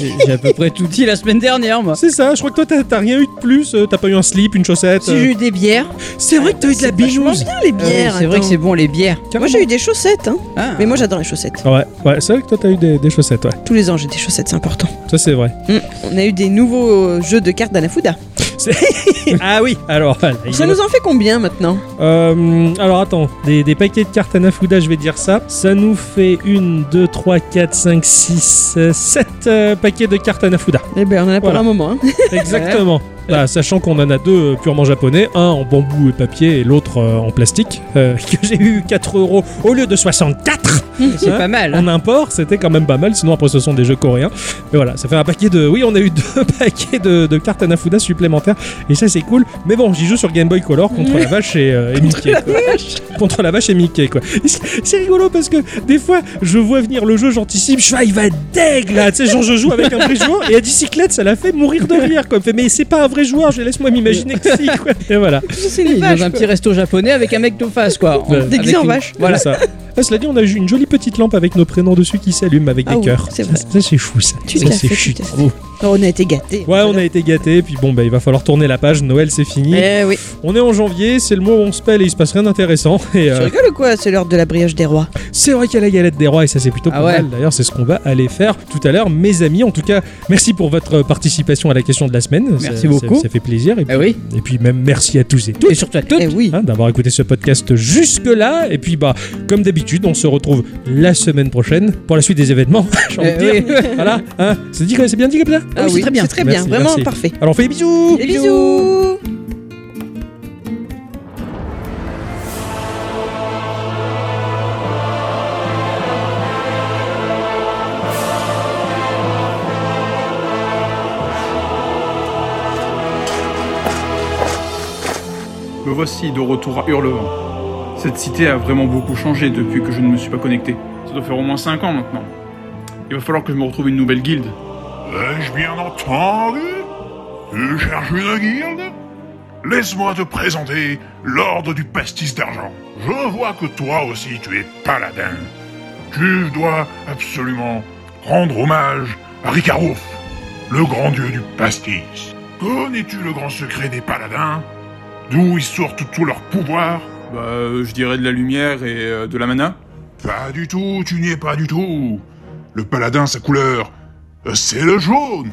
S3: J'ai j'ai à peu près tout dit la semaine dernière, moi.
S2: C'est ça, je crois que toi, t'as- t'as rien eu de plus, euh, t'as pas eu un slip, une chaussette.
S3: Si
S2: euh,
S3: j'ai eu des bières.
S2: C'est vrai que t'as eu de la
S1: Vachement
S2: binouze.
S1: bien les bières.
S3: Euh, c'est vrai que
S1: attends.
S3: c'est bon, les bières.
S1: Moi j'ai eu des chaussettes, hein.
S3: Ah.
S1: mais moi j'adore les chaussettes.
S2: Ouais, ouais, c'est vrai que toi, t'as eu des, des chaussettes, ouais.
S1: Tous les ans j'ai des chaussettes, c'est important.
S2: Ça, c'est vrai.
S1: Mm. On a eu des nouveaux euh, jeux de cartes d'Anafuda.
S2: ah oui, alors, voilà, il y
S1: Ça
S2: en a-
S1: nous en fait combien maintenant
S2: Euh, alors attends, des, des paquets de cartes Anafuda, je vais dire ça. Ça nous fait 1, 2, 3, 4, 5, 6, 7 euh, paquets de cartes
S3: [LAUGHS]
S2: Anafuda.
S1: Eh ben on en a pour
S2: Voilà.
S1: un
S2: [LAUGHS]
S1: moment. hein.
S2: Exactement. Bah, sachant qu'on en a deux euh, purement japonais, un en bambou et papier et l'autre euh, en plastique, euh, [LAUGHS] que j'ai eu 4 euros au lieu de 64
S3: C'est pas mal. hein.
S2: en import, c'était quand même pas mal, sinon après ce sont des jeux coréens. Mais voilà, ça fait un paquet de... Oui, on a eu [LAUGHS] deux paquets de, de cartes Anafuda supplémentaires, et ça c'est cool. Mais bon, j'y joue sur Game Boy Color contre la vache et, euh, et Mickey. quoi. contre la vache et Mickey, quoi. Et c'est- C'est rigolo parce que des fois, je vois venir le jeu, j'anticipe, je fais, ah, il va deg là, tu sais, genre je joue avec un vrai joueur, et à bicyclette, ça l'a fait mourir de rire, quoi. Elle fait, mais c'est pas un vrai joueur, je laisse-moi m'imaginer que si, quoi. Et voilà.
S1: C'est
S3: Il
S1: les
S3: est
S1: vaches.
S3: dans un
S1: quoi.
S3: petit resto japonais avec un mec de face, quoi.
S2: Ouais.
S3: avec
S1: Déguisé en
S3: une-
S1: vache.
S3: Voilà.
S2: C'est ça. Ah, cela dit, on a eu une jolie petite lampe avec nos prénoms dessus qui s'allume avec
S1: Ah
S2: des
S1: oui,
S2: cœurs.
S1: c'est
S2: Ça,
S1: vrai.
S2: ça, c'est fou, ça.
S1: Tu
S2: Ça,
S1: l'as
S2: c'est
S1: fait,
S2: chut.
S1: tout à fait.
S2: Oh.
S1: Oh, on a été gâtés.
S2: Ouais, on a été gâtés, puis bon, bah, il va falloir tourner la page, Noël c'est fini.
S1: Eh oui.
S2: On est en janvier, c'est le mois où on se pèle et il se passe rien d'intéressant. Et
S1: Tu
S2: euh,
S1: rigoles ou quoi C'est l'heure de la brioche des rois.
S2: c'est vrai qu'il y a la galette des rois et ça c'est plutôt
S3: Ah
S2: pas
S3: ouais.
S2: mal. D'ailleurs, c'est ce qu'on va aller faire tout à l'heure, mes amis. En tout cas, merci pour votre participation à la question de la semaine.
S3: Merci
S2: Ça- ça-
S3: beaucoup.
S2: Ça, fait plaisir. Et puis,
S3: Eh oui.
S2: et puis même merci à tous et toutes.
S3: Et surtout à toutes.
S1: Eh oui.
S2: hein, d'avoir écouté ce podcast jusque-là. Et puis, bah, comme d'habitude, on se retrouve la semaine prochaine pour la suite des événements. [LAUGHS] J'ai envie de
S3: Eh
S2: dire. Voilà, hein. c'est dit- c'est bien dit comme ça
S1: Ah
S3: oui, c'est très bien.
S1: C'est très
S2: Merci,
S1: bien, vraiment
S2: merci.
S1: parfait.
S2: Alors, on fait des bisous
S1: Et bisous.
S5: Me voici de retour à Hurlevent. Cette cité a vraiment beaucoup changé depuis que je ne me suis pas connecté. Ça doit faire au moins 5 ans maintenant. Il va falloir que je me retrouve une nouvelle guilde.
S6: Ai-je bien entendu Tu cherches une guilde Laisse-moi te présenter l'ordre du pastis d'argent. Je vois que toi aussi tu es paladin. Tu dois absolument rendre hommage à Ricarouf, le grand dieu du pastis. Connais-tu le grand secret des paladins D'où ils sortent tout leur pouvoir
S5: Bah, euh, je dirais de la lumière et euh, de la mana.
S6: Pas du tout, tu n'y es pas du tout. Le paladin, sa couleur, euh, c'est le jaune.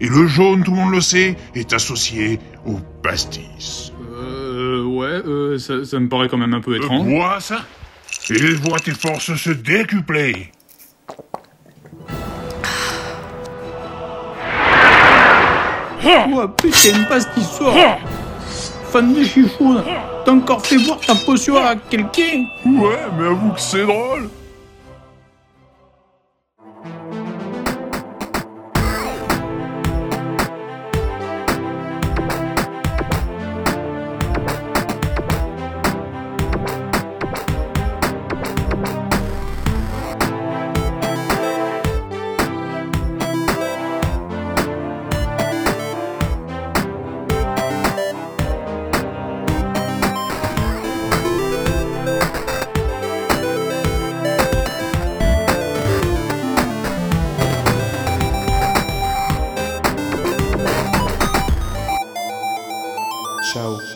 S6: Et le jaune, tout le monde le sait, est associé au pastis.
S5: Euh, ouais, euh, ça, ça me paraît quand même un peu
S6: Euh,
S5: étrange.
S6: Vois ça Et vois tes forces se décupler.
S5: Oh putain, une passe qui sort Fan de chiffon, t'as encore fait voir ta potion à quelqu'un
S6: Ouais, mais avoue que c'est drôle.
S7: Ciao.